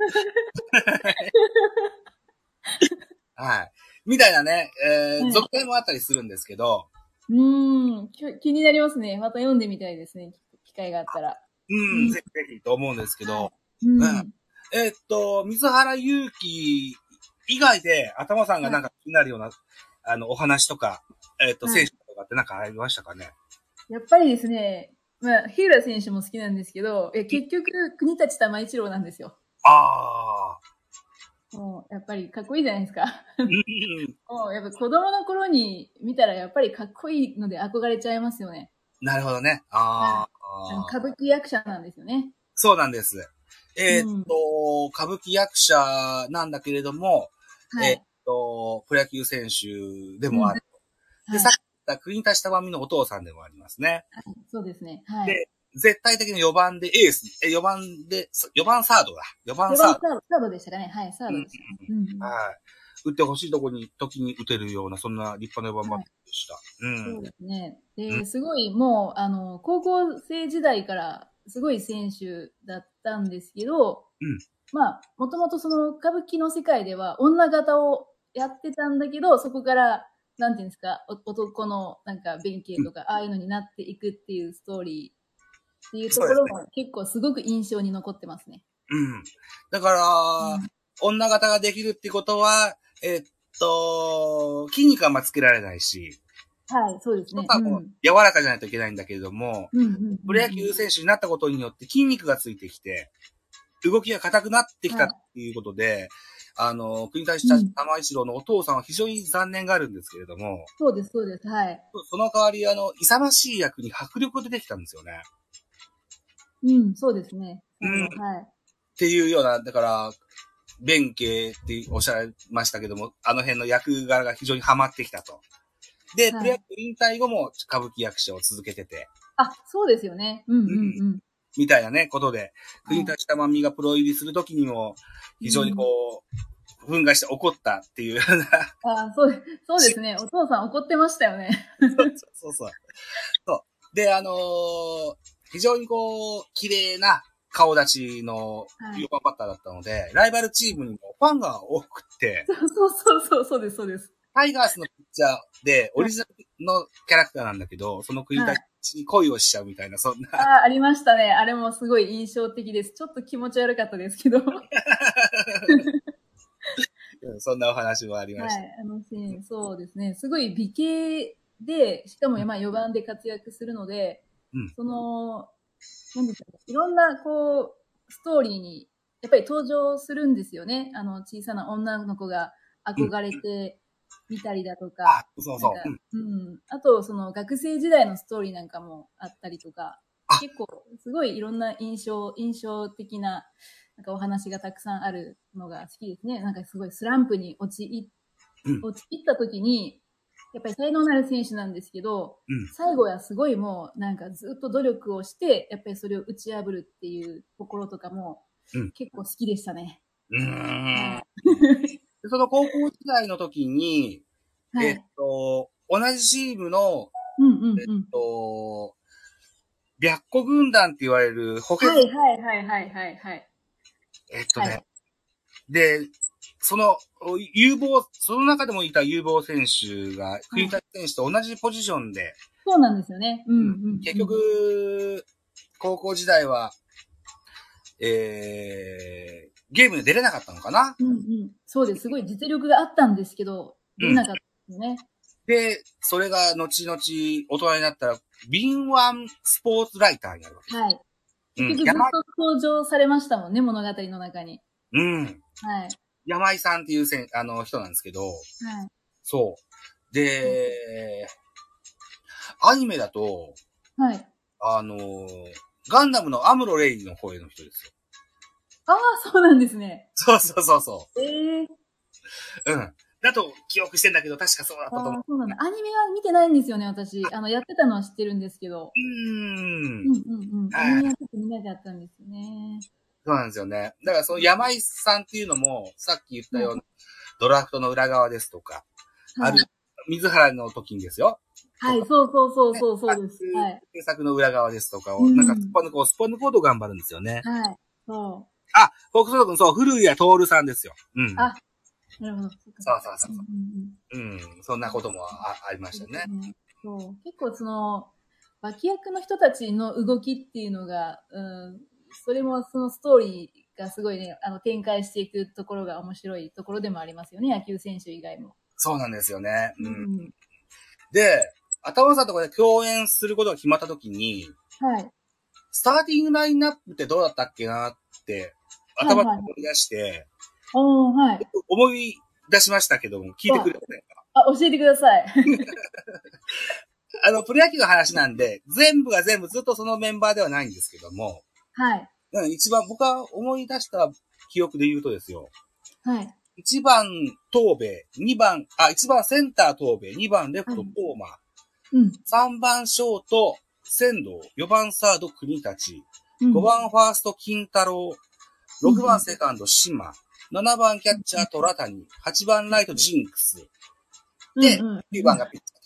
D: はい。みたいなね、えー、
E: うん
D: 続編もあったりするんですけど、
E: うーん。き気になりますね。また読んでみたいですね。機会があったら。
D: う、
E: うんん
D: ぜひぜひと思うんですけど、
E: うん。
D: うんえーっと、水原祐希以外で、頭さんがなんか気になるような、あの、お話とか、えーっと、
E: はい
D: 選手とかってなんかありましたかね、
E: やっぱりですね、まあ、日浦選手も好きなんですけど、え結局、国立玉一郎なんですよ。
D: ああ。
E: もう、やっぱりかっこいいじゃないです か。
D: うん
E: もう、やっぱ子供の頃に見たら、やっぱりかっこいいので憧れちゃいますよね。
D: なるほどね。あ
E: あの
D: あ。
E: 歌舞伎役者なんですよね。
D: そうなんです。えーっ、
E: うん
D: と、歌舞伎役者なんだけれども、
E: は
D: えーっ
E: い。
D: と、プロ野球選手でもある。
E: は
D: で、
E: い
D: さっき言った国田下まみのお父さんでもありますね。
E: そうですね。はい。
D: で絶対的に4番でエース、え、4番で、4番サードだ。4番
E: 4番
D: サー
E: サ
D: ド
E: ー。ドサードでしたかね。はい、サードでしたね。うんうん
D: はい。打ってほしいとこに、時に打てるような、そんな立派な4番バッターでした。う。
E: そうんですね。
D: う
E: で、
D: ん
E: すごいもう、あの、高校生時代からすごい選手だったんですけど、
D: うん
E: まあ、もともとその歌舞伎の世界では女型をやってたんだけど、そこから、なんていうんですか、お男のなんか弁慶とか、ああいうのになっていくっていうストーリーっていうところも結構すごく印象に残ってますね。
D: うん。だから、女型ができるってことは、えっと、筋肉はあんまつけられないし、
E: はい、そうですね
D: と。かもう柔らかじゃないといけないんだけれども、
E: うんうんうんうん
D: プロ野球選手になったことによって筋肉がついてきて、動きが硬くなってきたっていうことで、あの、国立社
E: うん
D: 玉井一郎のお父さんは非常に残念があるんですけれども、
E: そうです、そうです。はい。
D: その代わり、あの、勇ましい役に迫力が出てきたんですよね。
E: うん、そうですね。
D: うん
E: はい。
D: っていうような、だから、弁慶っておっしゃいましたけども、あの辺の役柄が非常にハマってきたと。で、
E: はい
D: プロ野球引退後も歌舞伎役者を続けてて、
E: あ、そうですよね。うんうんうん。
D: みたいなね、ことで、国立玉美がプロ入りするときにも、非常にこう、憤慨して怒ったっていうよ うな、
E: あそう、そうですね。お父さん怒ってましたよね。
D: そうそう。そう。で、あのー非常にこう、綺麗な顔立ちの
E: はい
D: 4番バッターだったので、ライバルチームにもファンが多くて、
E: そうそうそう、そうです、そうです。
D: タイガースのピッチャーで、オリジナルのキャラクターなんだけど、その国立に恋をしちゃうみたいな、そん
E: あ
D: な、
E: あ、ありましたね。あれもすごい印象的です。ちょっと気持ち悪かったですけど。はい、
D: そんなお話もありました。
E: あのシーン、そうですね。すごい美形で、しかもまあ4番で活躍するので、
D: うん
E: その、なんですかね、いろんなこう、ストーリーに、やっぱり登場するんですよね。あの、小さな女の子が憧れてみたりだとか。
D: あ、そうそう
E: なん。か
D: うん
E: うん。あと、その学生時代のストーリーなんかもあったりとか
D: あ、
E: 結構、すごいいろんな印象、印象的な、なんかお話がたくさんあるのが好きですね。なんかすごいスランプに陥
D: うん
E: っ、陥った時に、やっぱり才能のある選手なんですけど、
D: うん
E: 最後はすごいもうなんかずっと努力をして、やっぱりそれを打ち破るっていうところとかも
D: うん
E: 結構好きでしたね。
D: うーん。でその高校時代の時に、
E: は
D: えっ
E: い。
D: と、同じチームの、
E: うんうんうん
D: えっ。と、白虎軍団って言われる補欠、
E: はいはいはいはいはいはい。
D: えっとね、
E: はい
D: で、その、お有望、その中でもいた有望選手が、国立選手と同じポジションで、
E: そうなんですよね。うんうんうん。
D: 結局、高校時代は、えー、ゲームに出れなかったのかな
E: うんうん、そうです。すごい実力があったんですけど、
D: うん
E: 出なかったですね。
D: で、それが後々大人になったら、敏腕スポーツライターになるわけ。
E: はい。
D: う
E: 結
D: ん、
E: 局ずっ
D: 山
E: と登場されましたもんね、物語の中に。
D: うん、
E: はい。
D: 山井さんっていうせんあの人なんですけど、
E: はい。
D: そう。で、アニメだと、
E: はい。
D: あのーガンダムのアムロレイの声の人ですよ。
E: ああ、そうなんですね。
D: そうそうそうそ
E: ええ
D: う。うん。だと記憶してんだけど、確かそうだったと
E: あ
D: 思う
E: あ、。そうなんだ。アニメは見てないんですよね、私。あの、やってたのは知ってるんですけど。
D: う
E: うんん。うんうん。
D: はい
E: アニメはちょっと見なかったんですよね。
D: そうなんですよね。だからその山井さんっていうのも、さっき言ったような、ドラフトの裏側ですとか、
E: は
D: あ
E: い
D: る、水原の時にですよ。
E: はい、そうそうそうそうそうです。
D: ね
E: はい。
D: 制作の裏側ですとかを、
E: うん
D: なんかスパヌコ、スパヌコード頑張るんですよね。
E: はい。そ
D: あ、フォークソロ君、そう、古谷徹さんですよ。うん。
E: あう。なるほど。そっか
D: そうそうそう
E: うん
D: そ
E: うんう
D: う。
E: ん
D: うん。そんなこともあありましたね。
E: そう結構その脇役の人たちの動きっていうのが、うん、それもそのストーリーがすごいねあの展開していくところが面白いところでもありますよね野球選手以外も。
D: そうなんですよね。う。
E: うんん
D: で、頭さんとかで共演することが決まった時に、
E: はい、
D: スターティングラインナップってどうだったっけなって、頭から思い出して、
E: おーはい、
D: 思い出しましたけども、聞いてくれませんか
E: あ教えてください。
D: あの、プロ野球の話なんで、全部が全部ずっとそのメンバーではないんですけども、
E: はい、
D: うん一番、僕は思い出した記憶で言うとですよ、
E: はい、
D: 1番、東米、2番、あ、1番センター東米、2番レフト、
E: うん
D: コーマ
E: うん、
D: ー、3番ショート、仙道、4番サード、国立、
E: うん
D: 5番ファースト、金太郎、6番セカンド、島、7番キャッチャー、虎谷、8番ライト、ジンクス、で
E: うんうん
D: 9番がピッチャー。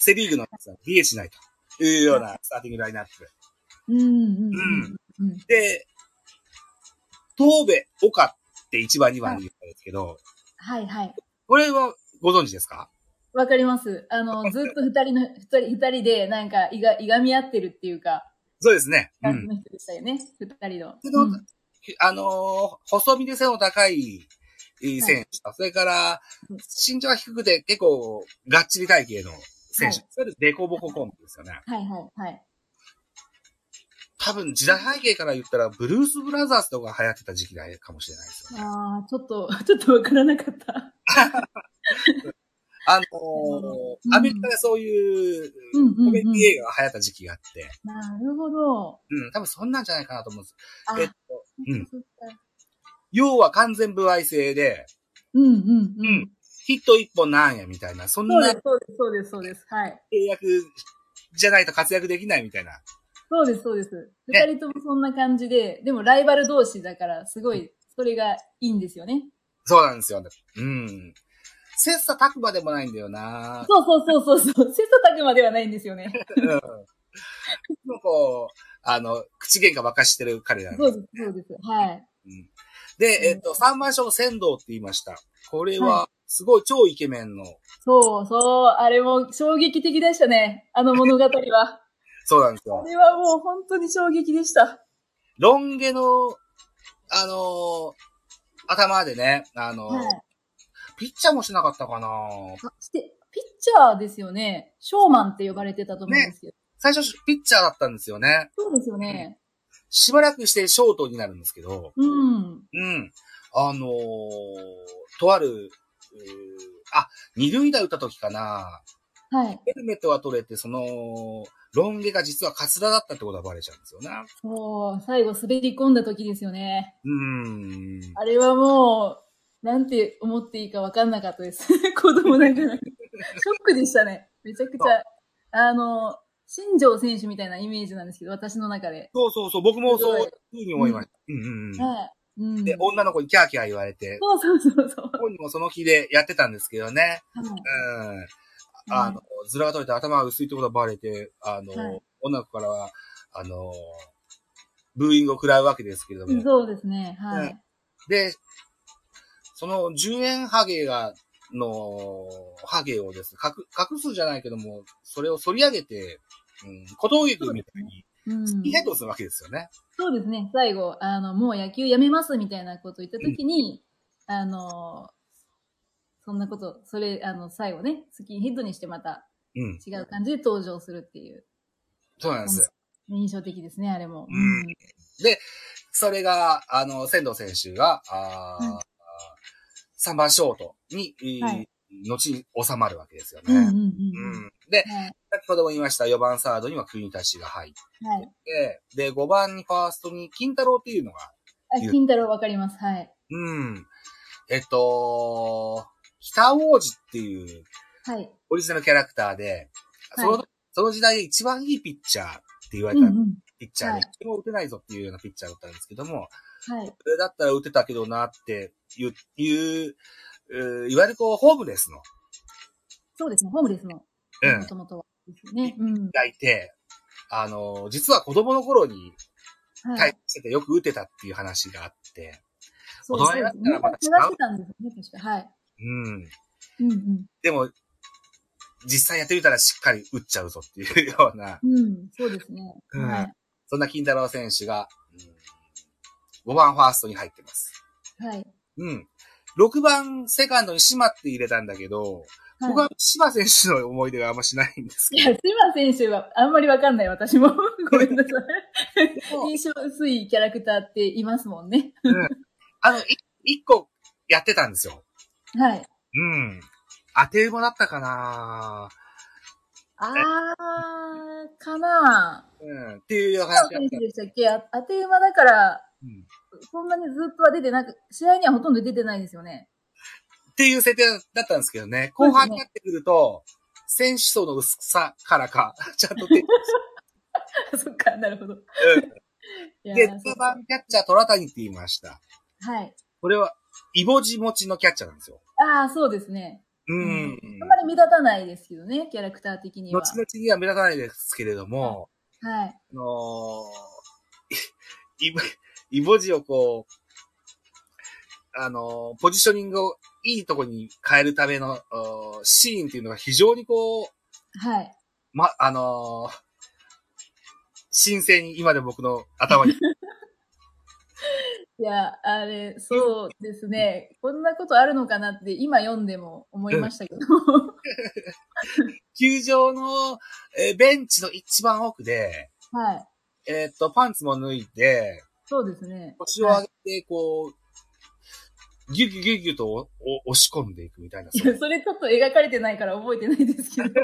D: セリーグのやつは DH ないというようなスターティングラインナップ。
E: うんうんうんうん
D: で、東部、岡って1番、2番に言ったんですけど、
E: はいはい。
D: これはご存知ですか
E: わかります。あの、ずっと二人の、二人、二人で、なんか、いが、いがみ合ってるっていうか、
D: そうですね。う
E: 感じ
D: ん。
E: の人でしたよね。二、人の。
D: けど
E: うん
D: あのー細身で背の高いえー選手と、それから
E: うん、
D: 身長が低くて結構、がっちり体型の選手。
E: はい
D: それでデコボココンビですよね。
E: はいはいはい。
D: 多分、時代背景から言ったら、ブルース・ブラザーズとか流行ってた時期だかもしれないですよね。
E: ああ、ちょっと、 ちょっとわからなかった。
D: あのー
E: うん
D: アメリカでそういう、
E: うんうんうん
D: コメディ映画が流行った時期があって、
E: なるほど。
D: うん、多分そんなんじゃないかなと思うんです。
E: あ、
D: えっと、うん
E: そっか
D: 要は完全不愛制で、
E: うんうんう
D: うん
E: ん。
D: ヒット一本なんやみたいな、そん
E: そう
D: な
E: です、そうです、そうです、そうです。はい。
D: 契約じゃないと活躍できないみたいな。
E: そうです、そうです。
D: ね
E: 二人ともそんな感じで、でもライバル同士だから、すごい、それがいいんですよね。
D: そうなんですよ。うん。切磋琢磨でもないんだよな。
E: そうそうそうそう そう。切磋琢磨ではないんですよね。
D: うん。いつもこう、あの、口喧嘩ばっかしてる彼らの。
E: そうです、そうです。はい。
D: うんで、えっと、三番賞仙道って言いました。これは、すごい超イケメンの、
E: そうそう。あれも衝撃的でしたね。あの物語は。
D: そうなんですよ
E: あ。れはもう本当に衝撃でした。
D: ロン毛の、あのー頭でね、あのー
E: はい。
D: ピッチャーもしなかったかな
E: あして、ピッチャーですよね。ショーマンって呼ばれてたと思うんですけど。
D: 最初、ピッチャーだったんですよね。
E: そうですよね。
D: しばらくしてショートになるんですけど、
E: うん。
D: うん。あのーとある、うーあ、二塁打打った時かな
E: はい。
D: ヘルメットは取れて、その、ロン毛が実はカツラだったってことがバレちゃうんですよね。
E: そう、最後滑り込んだ時ですよね。
D: うーん。
E: あれはもう、なんて思っていいか分かんなかったです。 子供ながらに。ショックでしたね。めちゃくちゃ。あの、新庄選手みたいなイメージなんですけど、私の中で。
D: そうそうそう、僕もそういうふうに思いました。うんうんうん。
E: はい。うん。
D: で、女の子にキャーキャー言われて、
E: そうそうそうそう。
D: 本人もその気でやってたんですけどね。
E: はい
D: うん。あの、ずらが取れて頭が薄いってことがバレて、あの、
E: はい
D: 女の子からは、あの、ブーイングを食らうわけですけれども。
E: そうですね。は
D: ね
E: い。
D: で、その10円ハゲが、の、ハゲをですね、隠隠すじゃないけども、それを反り上げて、うん、小峠君みたいに、
E: うん、
D: スキンヘッドをするわけですよね。
E: そうですね。最後、あの、もう野球やめますみたいなことを言ったときに、あの、そんなこと、それ、あの、最後ね、スキンヘッドにしてまた
D: うん。
E: 違う感じで登場するっていう、
D: そうなんです。
E: 印象的ですね、あれも。
D: うんそれが、あの、仙道選手が、あ
E: うん
D: 3番ショートに、
E: はい
D: 後に収まるわけですよ
E: うん。うんうん
D: ね。
E: う
D: う
E: ん
D: んで、
E: はい。
D: 先ほども言いました、4番サードには国立が入っ
E: はい。
D: て、で、5番にファーストに金太郎っていうのが、
E: あ、金太郎わかります。はい。
D: うん。えっと、北王子っていう
E: はい。
D: オリジナルキャラクターで、その、
E: は
D: その時代で一番いいピッチャーって言わ
E: う
D: れ
E: んう
D: た
E: ん。
D: ピッチャー
E: は
D: で
E: い、
D: 一番打てないぞっていうようなピッチャーだったんですけども、
E: はい。
D: それだったら打てたけどなっていう、いう、うーいわゆるこう、ホームレスの、
E: そうですね、ホームレスの。
D: うん
E: も、ともとは。ですね。うん。
D: がいて、あの、実は子供の頃に
E: は
D: 対
E: い。
D: 戦しててよく打てたっていう話があって、
E: そう
D: 大人
E: そ
D: に
E: う
D: なっ
E: です
D: たら
E: ね。
D: また違う
E: 探してたんですよね、確か。はい。
D: うん。
E: うんうん。
D: でも、実際やってみたらしっかり打っちゃうぞっていうような、
E: うん、そうですね。
D: うん
E: はい
D: そんな金太郎選手が、うん、5番ファーストに入ってます。
E: はい。
D: うん。6番セカンドに島って入れたんだけど、
E: はい
D: 僕は島選手の思い出があんましないんです
E: い
D: け
E: や、スマ選手はあんまりわかんない、私も。 ごめんなさ
D: ど
E: い。、印象薄いキャラクターっていますもんね。
D: あの、い一個やってたんですよ。
E: はい。
D: うん。当て馬だったかな
E: あー、かな
D: うん。っていう話
E: ぁ。
D: だっ
E: スマ選手
D: た。
E: でしたっけあ当て馬だから、
D: うん
E: そんなにずっとは出てなく、試合にはほとんど出てないですよね。
D: っていう設定だったんですけどね。 後半になってくると、選手層の薄さからか、ちゃんと手
E: そっか、なるほど。いや
D: で、
E: ーそ
D: 2
E: う
D: 番キャッチャー、虎谷って言いました。
E: はい。
D: これは、イボジ持ちのキャッチャーなんですよ。
E: ああ、そうですね。
D: う
E: うん
D: ん。
E: あんまり目立たないですけどね、キャラクター的には。
D: 後々には目立たないですけれども、
E: はい。
D: あのー、 イボ、イボジをこう、あのーポジショニングをいいとこに変えるための、おーシーンっていうのが非常にこう、
E: はい。
D: ま、あのー、新鮮に今で僕の頭に。
E: いや、あれ、そうですね。こんなことあるのかなって、今読んでも思いましたけど。
D: 球場の、えーベンチの一番奥で、
E: はい。
D: えーっと、パンツも脱いで、
E: そうですね。
D: 腰を上げて、こう、ギュギュギュギュとおお押し込んでいくみたいな。
E: い
D: そう
E: や、それちょっと描かれてないから覚えてないです けど。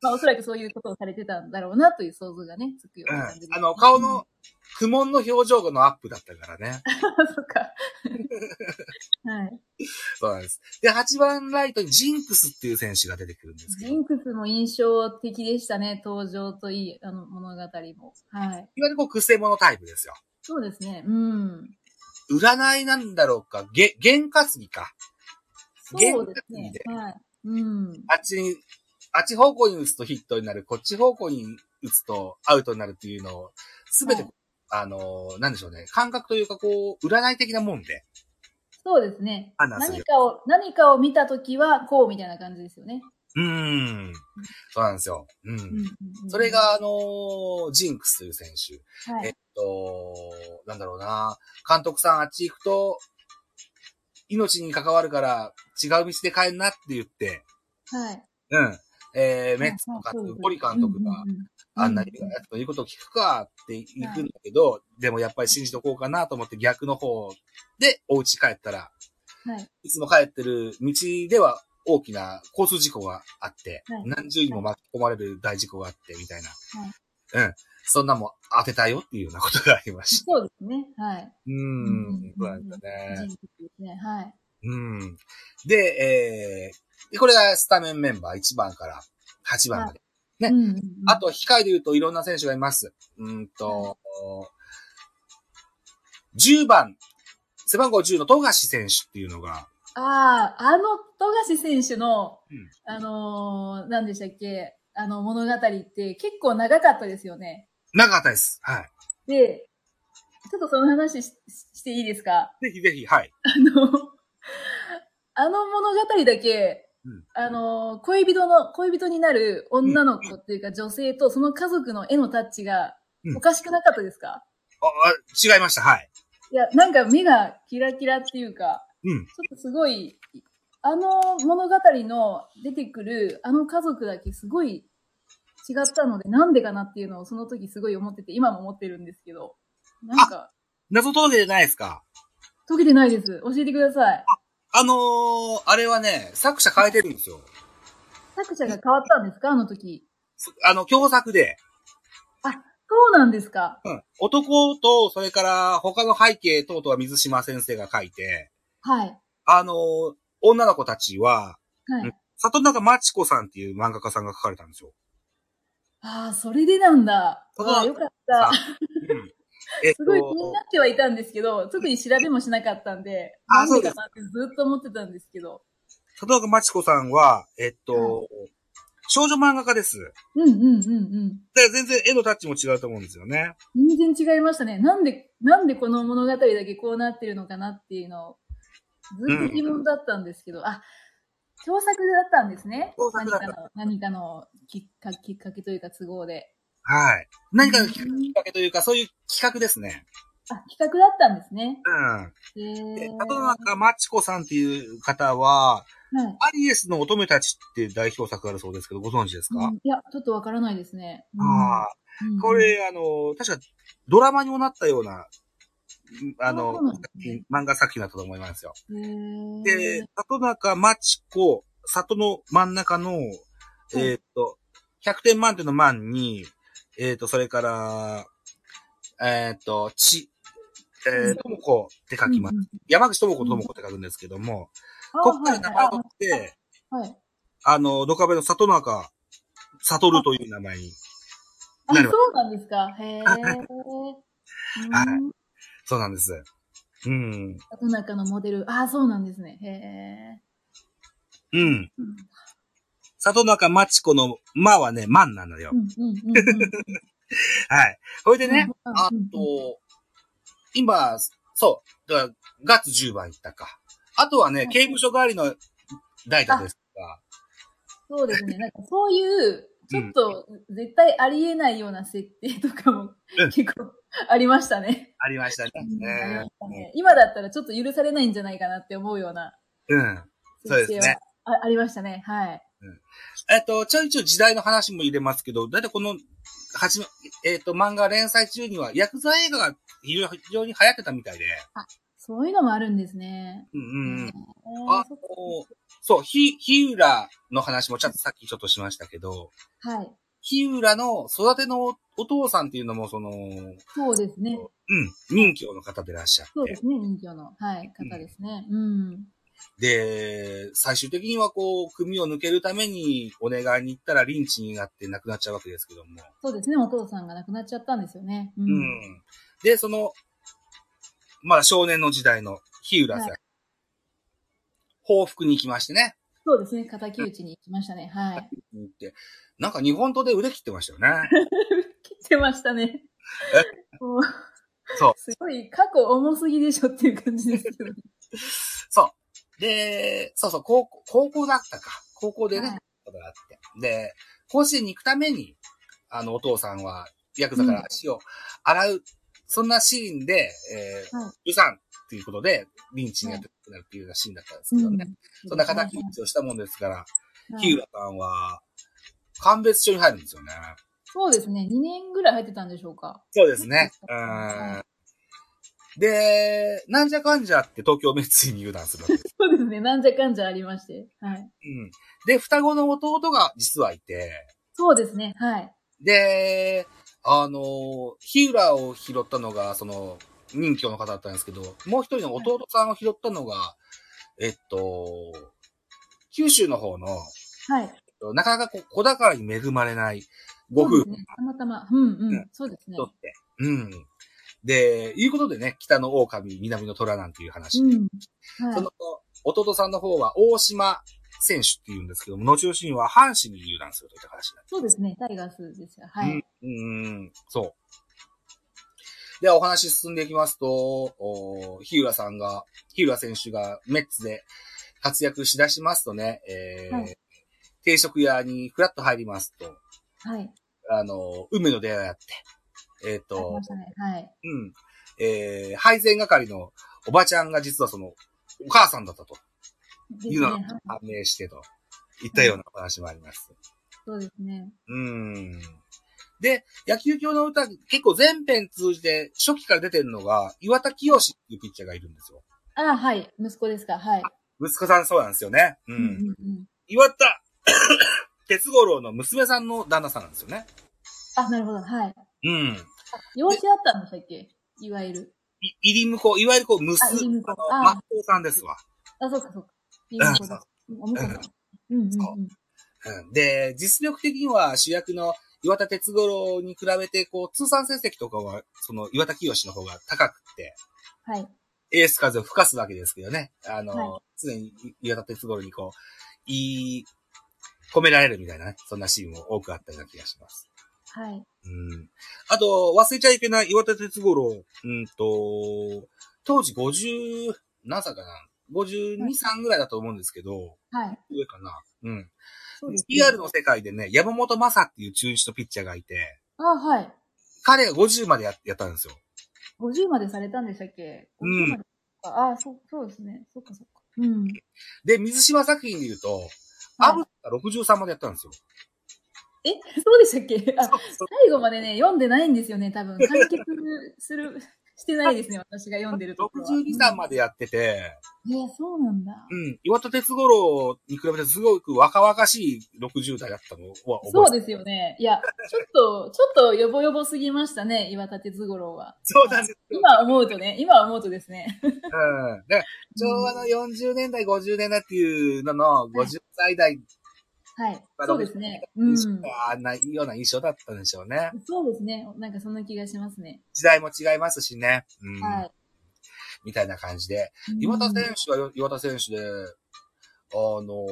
E: まあ、おそらくそういうことをされてたんだろうなという想像がね、つくよ
D: う
E: うなん感じです、
D: あの、顔の、苦悶の表情のアップだったから ね。
E: あ、 そっ か。はい。
D: そうなんです。で、8番ライトにジンクスっていう選手が出てくるんですけど、
E: ジンクスも印象的でしたね、登場といい、あの、物語も。はい。
D: いわゆるこう、クセモノタイプですよ。
E: そうですね、うん。
D: 占いなんだろうか、げ、験担ぎか。
E: そうです
D: 原
E: ね
D: 作。
E: はい。うん。
D: あっちに、あっち方向に打つとヒットになる、こっち方向に打つとアウトになるっていうのを、すべて、
E: はい
D: あのー、なんでしょうね、感覚というか、こう、占い的なもんで、
E: そうですね。
D: 判断する
E: 何かを、何かを見たときは、こうみたいな感じですよね。
D: うーん、そうなんですよ。うん。
E: うんうんうん
D: それ、が、あのージンクスという選手。
E: は
D: えっ
E: い。
D: と、なんだろうな、監督さんあっち行くと、命に関わるから違う道で帰んなって言って、
E: はい。
D: うん。えー、メッツの監督、ポリ監督が、
E: うんうんうん
D: あんなにやつの言うことを聞くかって行くんだけど、でもやっぱり信じとこうかなと思って逆の方でお家帰ったら、
E: はい。
D: いつも帰ってる道では大きな交通事故があって、
E: はい
D: 何十人も巻き込まれる大事故があって、みたいな。うん。そんなもん当てたよっていうようなことがありました。
E: そうですね。はい。
D: う
E: うんん。
D: そうなんだ
E: 人
D: ね。
E: 物ですね。はい。
D: うん。で、えー、でこれがスタメンメンバー1番から8番まで。ね
E: うんうんうん
D: あ、と、控えで言うといろんな選手がいます。うーんと、10番、背番号10の富樫選手っていうのが、
E: ああ、あの、富樫選手の
D: うん、
E: あのー、何でしたっけ、あの、物語って結構長かったですよね。
D: 長かったです。はい。
E: で、ちょっとその話しししていいですか
D: ぜひぜひ、はい。
E: あの、あの物語だけ、
D: うん
E: あの、恋人の、恋人になる女の子っていうか女性とその家族の絵のタッチが
D: うん
E: おかしくなかったですか、
D: ああ違いました、はい。
E: いや、なんか目がキラキラっていうか、
D: うん。
E: ちょっとすごい、あの物語の出てくるあの家族だけすごい違ったので、なんでかなっていうのをその時すごい思ってて、今も思ってるんですけど、なんか、
D: 謎解けてないですか
E: 解けてないです。教えてください。
D: あのー、あれはね、作者変えてるんですよ。
E: 作者が変わったんですかあの時。
D: そあの、共作で。
E: そうなんですか
D: うん。男と、それから他の背景等々は水島先生が書いて、
E: はい。
D: あのー女の子たちは、
E: は
D: うん
E: い。
D: 里中真知子さんっていう漫画家さんが書かれたんですよ。
E: ああ、それでなんだ。
D: そう
E: ああ、よかった。
D: うんえっ
E: すごい気になってはいたんですけど、特に調べもしなかったんで、
D: あ
E: なんでかなってずっと思ってたんですけど。
D: 里中真知子さんは、えっと、少女漫画家です。
E: うんうんうん
D: だから全然絵のタッチも違うと思うんですよね。
E: うん。全然違いましたね。なんで、なんでこの物語だけこうなってるのかなっていうのを、ずっと疑問だったんですけど、あ、共作だったんですね。
D: 共作だった
E: 何かの、何かのきっかきっかけというか都合で。
D: はい。何かのきっかけというか、そういう企画ですね。
E: あ、企画だったんですね。
D: うん。
E: へ
D: で
E: え。
D: 里中真知子さんっていう方は、
E: はい。
D: アリエスの乙女たちっていう代表作があるそうですけど、ご存知ですか、
E: うんいや、ちょっとわからないですね。うん
D: ああ。
E: うん
D: これ、あの、確かドラマにもなったような、うんあ
E: あ
D: の
E: そうなんですね、
D: 漫画作品だったと思いますよ。
E: へー
D: で、里中町子、里の真ん中の、えーっと、100点満点の満に、えーっと、それから、えーっと、ち、え
E: う
D: ー、
E: ん
D: ともこって書きます。
E: うんうん
D: 山口ともこともこって書くんですけども、
E: あ
D: こっから名前を
E: は
D: 取
E: い
D: って、
E: はいはい。
D: あの、ドカベの里中、悟るという名前に
E: あ、
D: なるほど
E: そうなんですか。へ え。
D: はい
E: うん
D: そうなんです。うん。
E: 世の中のモデル。あ、そうなんですね。へえ。
D: うん。
E: うん
D: 里中町子の、まはね、まんなのよ
E: う。んうんうんうん。
D: はい。ほいでね、
E: うん
D: あ
E: うんうん
D: と、今、そう、だから、月10番行ったか。あとはね、刑務所代わりの代打ですが、
E: そうですね。なんかそういう、ちょっと絶対ありえないような設定とかも
D: うん
E: 結構ありましたね。
D: ありましたね。
E: ありま
D: ね
E: したね今だったらちょっと許されないんじゃないかなって思うような
D: うん。そうですね
E: 設定はあありましたね。はい。
D: えっと、ちょいちょい時代の話も入れますけど、だいたいこの、はじめ、えっと、漫画連載中には、ヤクザ映画が非常に非常に流行ってたみたいで、
E: そういうのもあるんですね。
D: うんうんうん。
E: うん
D: あのそう、ひ、ひうらの話もちょっとさっきちょっとしましたけど、
E: はい。
D: ひうらの育てのおお父さんっていうのも、その、うん、
E: そうですね。
D: 任教の方でいらっしゃっ
E: そうで
D: て、
E: すね。人形の、はい、方ですね。うん。
D: で、最終的にはこう、組を抜けるためにお願いに行ったらリンチになって亡くなっちゃうわけですけども、
E: そうですね。お父さんが亡くなっちゃったんですよね。う
D: うん。
E: ん。
D: で、その、まだ少年の時代の日浦さん、
E: は
D: 報復に行きましてね、
E: そうですね。敵討ちに行きましたね。はい。
D: 行って、なんか日本刀で腕切ってましたよね。
E: 切ってましたね。もう
D: そう
E: すごい、過去重すぎでしょっていう感じですけど。
D: そう。で、そうそう、高校、高校だったか。高校でね、
E: はい
D: ことがあって。で、甲子園に行くために、あの、お父さんは、ヤクザから足を洗う、そんなシーンで、えー、
E: は
D: うさんっていうことで、リンチにやってくなるっていうようなシーンだったんですけどね。そんな敵討ちをしたもんですから、
E: はい
D: 日浦さんは、鑑別所に入るんですよね。
E: そうですね。2年ぐらい入ってたんでしょうか。
D: そうですね。う
E: は
D: ん。で、なんじゃかんじゃって東京メッツに入団するわけです。
E: そうですね。なんじゃかんじゃありまして。は
D: う
E: い。
D: ん。で、双子の弟が実はいて、
E: そうですね。はい。
D: で、あの、日浦を拾ったのが、その、任教の方だったんですけど、もう一人の弟さんを拾ったのが、えっと、九州の方の、
E: はい。
D: なかなかこう子宝に恵まれないご夫婦
E: そうですねたまたま。うんう。
D: うん
E: そうですね
D: と。って。うん。で、いうことでね、北の狼、南の虎なんていう話。
E: うん。
D: そ
E: は
D: の、弟さんの方は大島選手っていうんですけども、後々には阪神に入団するといった話になって
E: い。そうですね。タイガースですよ。はい。
D: うん、うん、そう。ではお話進んでいきますと、おー日浦さんが、日浦選手がメッツで活躍しだしますとね、えー
E: はい
D: 定食屋にフラッと入りますと、
E: はい。
D: あの、梅の出会いがあって、えっ、
E: あり
D: と
E: まし、たね。はい。
D: うん、えー、配膳係のおばちゃんが実はその、お母さんだったと
E: です
D: い
E: ね。
D: うのが
E: はい
D: 判明してと、いったようなお話もあります。
E: そうですね。
D: うん。で、野球教の歌、結構全編通じて初期から出てるのが、岩田清っていうピッチャーがいるんですよ。
E: ああ、はい。息子ですか。はい。
D: 息子さんそうなんですよね。う。
E: うんんうんうん。
D: 岩田 哲五郎の娘さんの旦那さんなんですよね。
E: あ、なるほど。はい。
D: うん。
E: 養子だったんでしたっけいわゆる。
D: い、入り婿、いわゆるこう、娘、
E: あ入り婿
D: あ
E: あ
D: の、マッコさんですわ。
E: あ、そうか、そうか。いい
D: うん
E: 子だ。うんお婿さん。うんうんうん。
D: うん。で、実力的には主役の岩田哲五郎に比べて、こう、通算成績とかは、その岩田清の方が高くって、
E: はい。
D: エース風を吹かすわけですけどね。あの、
E: は
D: 常に岩田哲五郎にこう、言い、込められるみたいなね、そんなシーンも多くあったような気がします。
E: はい。
D: うん。あと、忘れちゃいけない岩田哲五郎、うんと、当時50、何歳かな ?52、
E: はい
D: 3ぐらいだと思うんですけど、
E: はい。
D: 上かなうん。
E: そうです、
D: PR の世界でね、山本正っていう中日のピッチャーがいて、
E: あ、はい。
D: 彼が50までややったんですよ。
E: 50までされたんでしたっけ
D: うん
E: 50までかああ、そう、そうですね。そっかそっか。うん。
D: で、水島作品で言うと、アブが63までやったんですよ。
E: え、そうでしたっけあ、
D: そ
E: 最後までね、読んでないんですよね、多分。完結する、してないで すね、私が読んでるところは。
D: 62歳までやってて、
E: で。え、そうなんだ
D: う。ん、岩田哲五郎に比べてすごく若々しい60代だったのは覚えて
E: そうですよね。いや、ちょっと、ちょっとよぼよぼすぎましたね、岩立哲五郎は。
D: そうなんですよ。
E: 今思うとね、今思うとですね。
D: うん。で、昭和の40年代、50年代っていうのの、50歳代
E: はい。
D: まあ
E: そうですね。う。
D: うんん
E: そ。
D: あんなような印象だったんでしょうね。
E: うですね。なんかそんな気がしますね。
D: 時代も違いますしね。うん。
E: はい。
D: みたいな感じで。
E: うん
D: 岩田選手はよ岩田選手で、あの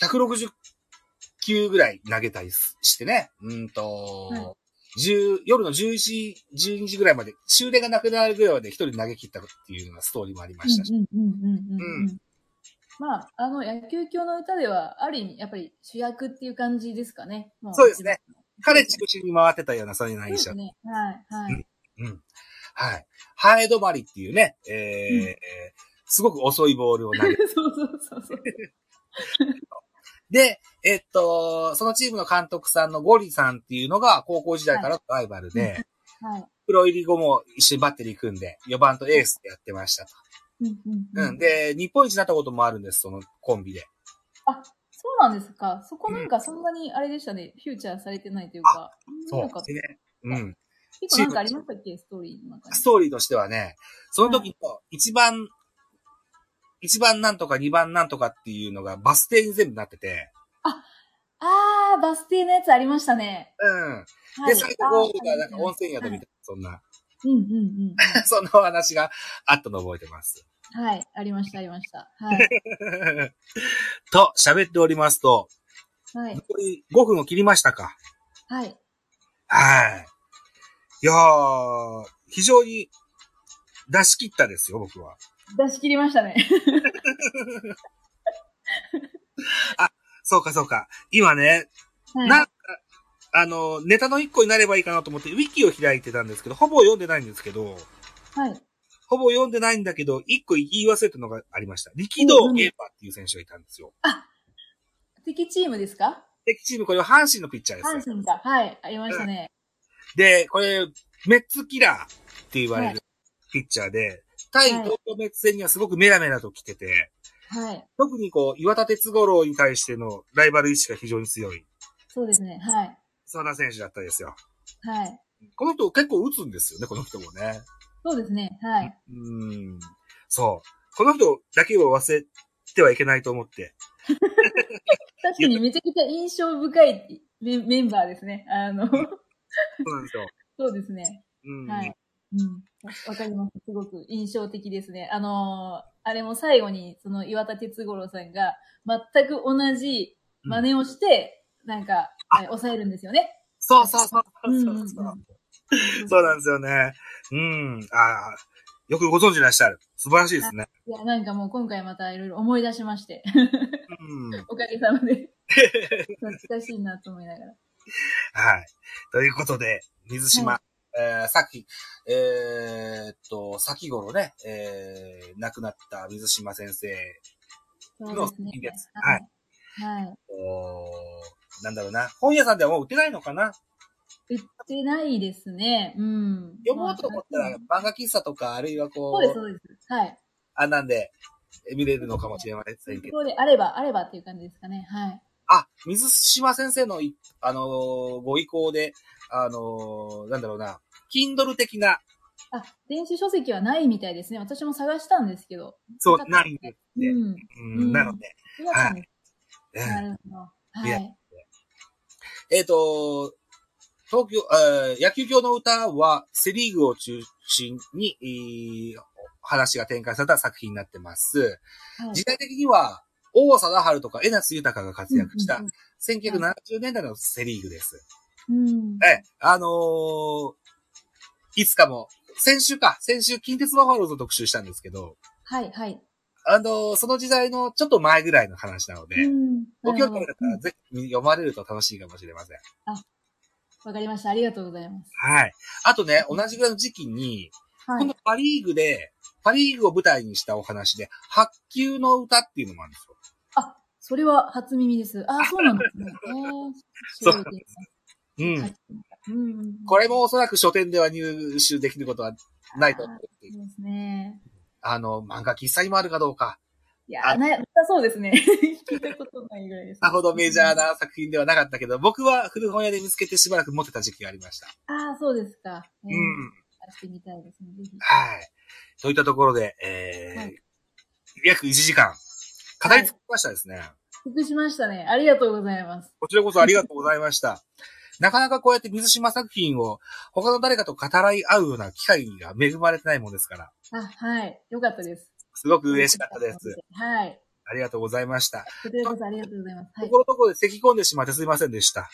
D: ー、160球ぐらい投げたりすしてね、うんと、
E: はい
D: 10夜の11時、12時ぐらいまで、終電がなくなるぐらいまで一人投げ切ったっていうようなストーリーもありましたし、
E: うんうんうんうんうん
D: う
E: うん。まあ、あの、野球教の歌では、ある意味、やっぱり主役っていう感じですかね。も
D: そうですね。彼中心に回ってたような、そういうような
E: そう
D: 印
E: で
D: 象
E: す。ね。はい、はい。
D: うん。はい。ハエ止まりっていうね、えー
E: うん
D: えーすごく遅いボールを投げ
E: そうそうそうそう。
D: で、えっと、そのチームの監督さんのゴリさんっていうのが高校時代からのライバルで、
E: はい。
D: プロ入り後も一緒にバッテリー組んで、4番とエースでやってましたと。
E: うんうん
D: う。
E: うんん。
D: で、日本一になったこともあるんです、そのコンビで。
E: そうなんですか。そこなんかそんなにあれでしたね。フューチャーされてないというか。なんか
D: でね。うん。
E: 結構なんかありましたっけストーリーの中に。
D: ストーリーとしてはね、その時の一番、一番なんとか二番なんとかっていうのがバス停に全部なってて、
E: あー、バス停のやつありましたね。
D: うん。
E: は
D: で、
E: い
D: 最後ゴールがなんか温泉宿みたい
E: は
D: な、そんな、
E: うんうんうん。
D: そんなお話があったのを覚えてます。
E: はい。ありました、ありました。はい。
D: と、喋っておりますと、
E: はい。
D: 残り5分を切りましたか。
E: はい。
D: はい。いやー、非常に出し切ったですよ、僕は。
E: 出し切りました ね。
D: そうか、そうか。今ね、
E: はい。
D: なんか、あの、ネタの1個になればいいかなと思って、ウィキを開いてたんですけど、ほぼ読んでないんですけど、
E: はい。
D: ほぼ読んでないんだけど、1個言い忘れたのがありました。力道ゲーパーっていう選手がいたんですよ。
E: 敵チームですか
D: 敵チーム、これは阪神のピッチャーです
E: 阪。神か。はい。ありましたね。
D: で、これ、メッツキラーって言われるピッチャーで、対
E: はい
D: 東京メッツ戦にはすごくメラメラと来てて、
E: はい。
D: 特にこう、岩田哲五郎に対してのライバル意識が非常に強い、
E: そうですね。はい。
D: 沢田選手だったですよ。
E: はい。
D: この人結構打つんですよね、この人もね。
E: そうですね。はい。
D: うん。そう。この人だけを忘れてはいけないと思って。
E: 確かにめちゃくちゃ印象深いメメンバーですね。あの、
D: そうなんですよ。
E: そうですね。
D: うん。
E: はい。うん。わかります。すごく印象的ですね。あのーあれも最後に、その岩田哲五郎さんが、全く同じ真似をして、なんか、
D: あ
E: えー抑えるんですよね。
D: そうそうそうそう
E: うん
D: そううんそううんそうなんですよね。うん。ああ、よくご存知でいらっしゃる。素晴らしいですね。
E: いや、なんかもう今回またいろいろ思い出し まして、
D: うん。
E: おかげさま で。懐かしいなと思いながら。
D: はい。ということで、水島、
E: は
D: えーさっき、えーっと、先頃ね、えー亡くなった水島先生、
E: そうですね
D: いいです。
E: はい。はい。
D: おーなんだろうな、本屋さんではもう売ってないのかな
E: 売ってないですね。うん。
D: 読もうと思ったら漫画喫茶とか、あるいはこ
E: そう
D: う、
E: です、そうです。はい。
D: あんなんでえ見れるのかもしれませんけ
E: そ
D: ど。
E: こであれば、あればっていう感じですかね。はい。
D: あ、水島先生のい、あのーご意向で、あのーなんだろうな、Kindle 的な、
E: あ、電子書籍はないみたいですね。私も探したんですけど。
D: そう
E: な、かっ
D: な
E: た
D: いんですって。
E: うん。よ
D: うん
E: うん
D: なので、
E: かったです
D: うん
E: なるほど。
D: いや
E: はい。
D: えっ、と、東京、えー野球教の歌はセリーグを中心に、えー話が展開された作品になってます。
E: はい
D: 時代的には、大貞治とか江夏豊が活躍した
E: うん
D: 1970年代のセリーグです。
E: うんうん。
D: ええ、あのーいつかも、先週か、先週近鉄バファローズを特集したんですけど、
E: はい、はい。
D: あのーその時代のちょっと前ぐらいの話なので、
E: うん
D: ご興味あ
E: な
D: る方
E: るほどう
D: は
E: ん
D: ぜひ読まれると楽しいかもしれません。
E: わかりました。ありがとうございます。
D: はい。あとね、同じぐらいの時期に、
E: は
D: 今
E: い
D: 度。パリーグで、パリーグを舞台にしたお話で、白球の歌っていうのもあるんですよ。
E: あ、それは初耳です。あ、そうなんですね。えー
D: そう
E: 調べてみます
D: うん。
E: はいうん。
D: これもおそらく書店では入手できることはないと思っていて
E: そうですね。
D: あの、漫画喫茶にもあるかどうか、
E: いや
D: あ
E: ー、な、なそうですね。 聞いたことないぐらいです。
D: さほどメジャー。な作品ではなかったけど、僕は古本屋で見つけてしばらく持ってた時期がありました。
E: あー、そうですか。う
D: う。ん。
E: 出してみたいですね。ぜひ。
D: はい。といったところで、えー
E: はい
D: 約1時間、語り尽くしましたですね。
E: 得しましたね。ありがとうございます。
D: こちらこそありがとうございました。なかなかこうやって水島作品を他の誰かと語らい合うような機会が恵まれてないもんですから、
E: あ、はい。よかったです。
D: すごく嬉しかったです。。
E: はい。
D: ありがとうございました。
E: こちらこそありがとうございます。は
D: と
E: い
D: こ。ろどころで咳込んでしまってすいませんでした。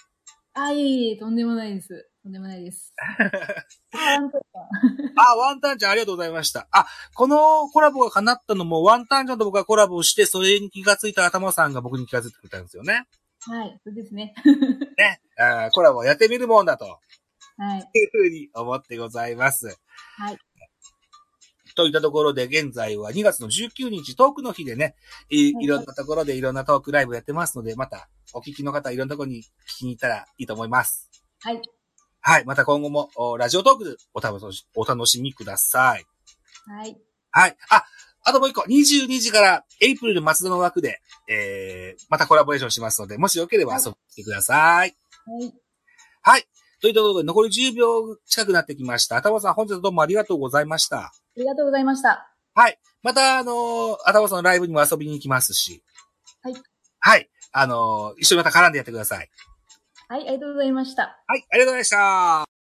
E: あ、いえいえ、とんでもないです。とんでもな いです。あ、本当だ
D: あ、ワンタンちゃんありがとうございました。あ、このコラボが叶ったのも、ワンタンちゃんと僕がコラボして、それに気がついた頭さんが僕に気がついてくれたんですよね。
E: はい。そうですね。
D: ね。あーコラボやってみるもんだと、
E: はい。
D: いうふうに思ってございます。
E: はい。
D: といったところで、現在は2月の19日、トークの日でね、い
E: はい
D: いろんなところでいろんなトークライブやってますので、また、お聞きの方、いろんなところに聞きに行ったらいいと思います。
E: はい。
D: はい。また今後も、おラジオトークでお楽しお楽しみください。
E: はい。
D: はい。あ、あともう一個、22時から、エイプリル松田の枠で、えー、またコラボレーションしますので、もしよければ遊びに来てください。
E: はい。
D: はい。ということで、残り10秒近くなってきました。あたまさん、本日はどうもありがとうございました。
E: ありがとうございました。
D: はい。また、あのー、あたまさんのライブにも遊びに行きますし。
E: はい。
D: はい。あのー一緒にまた絡んでやってください。
E: はい。ありがとうございました。
D: はい。ありがとうございました。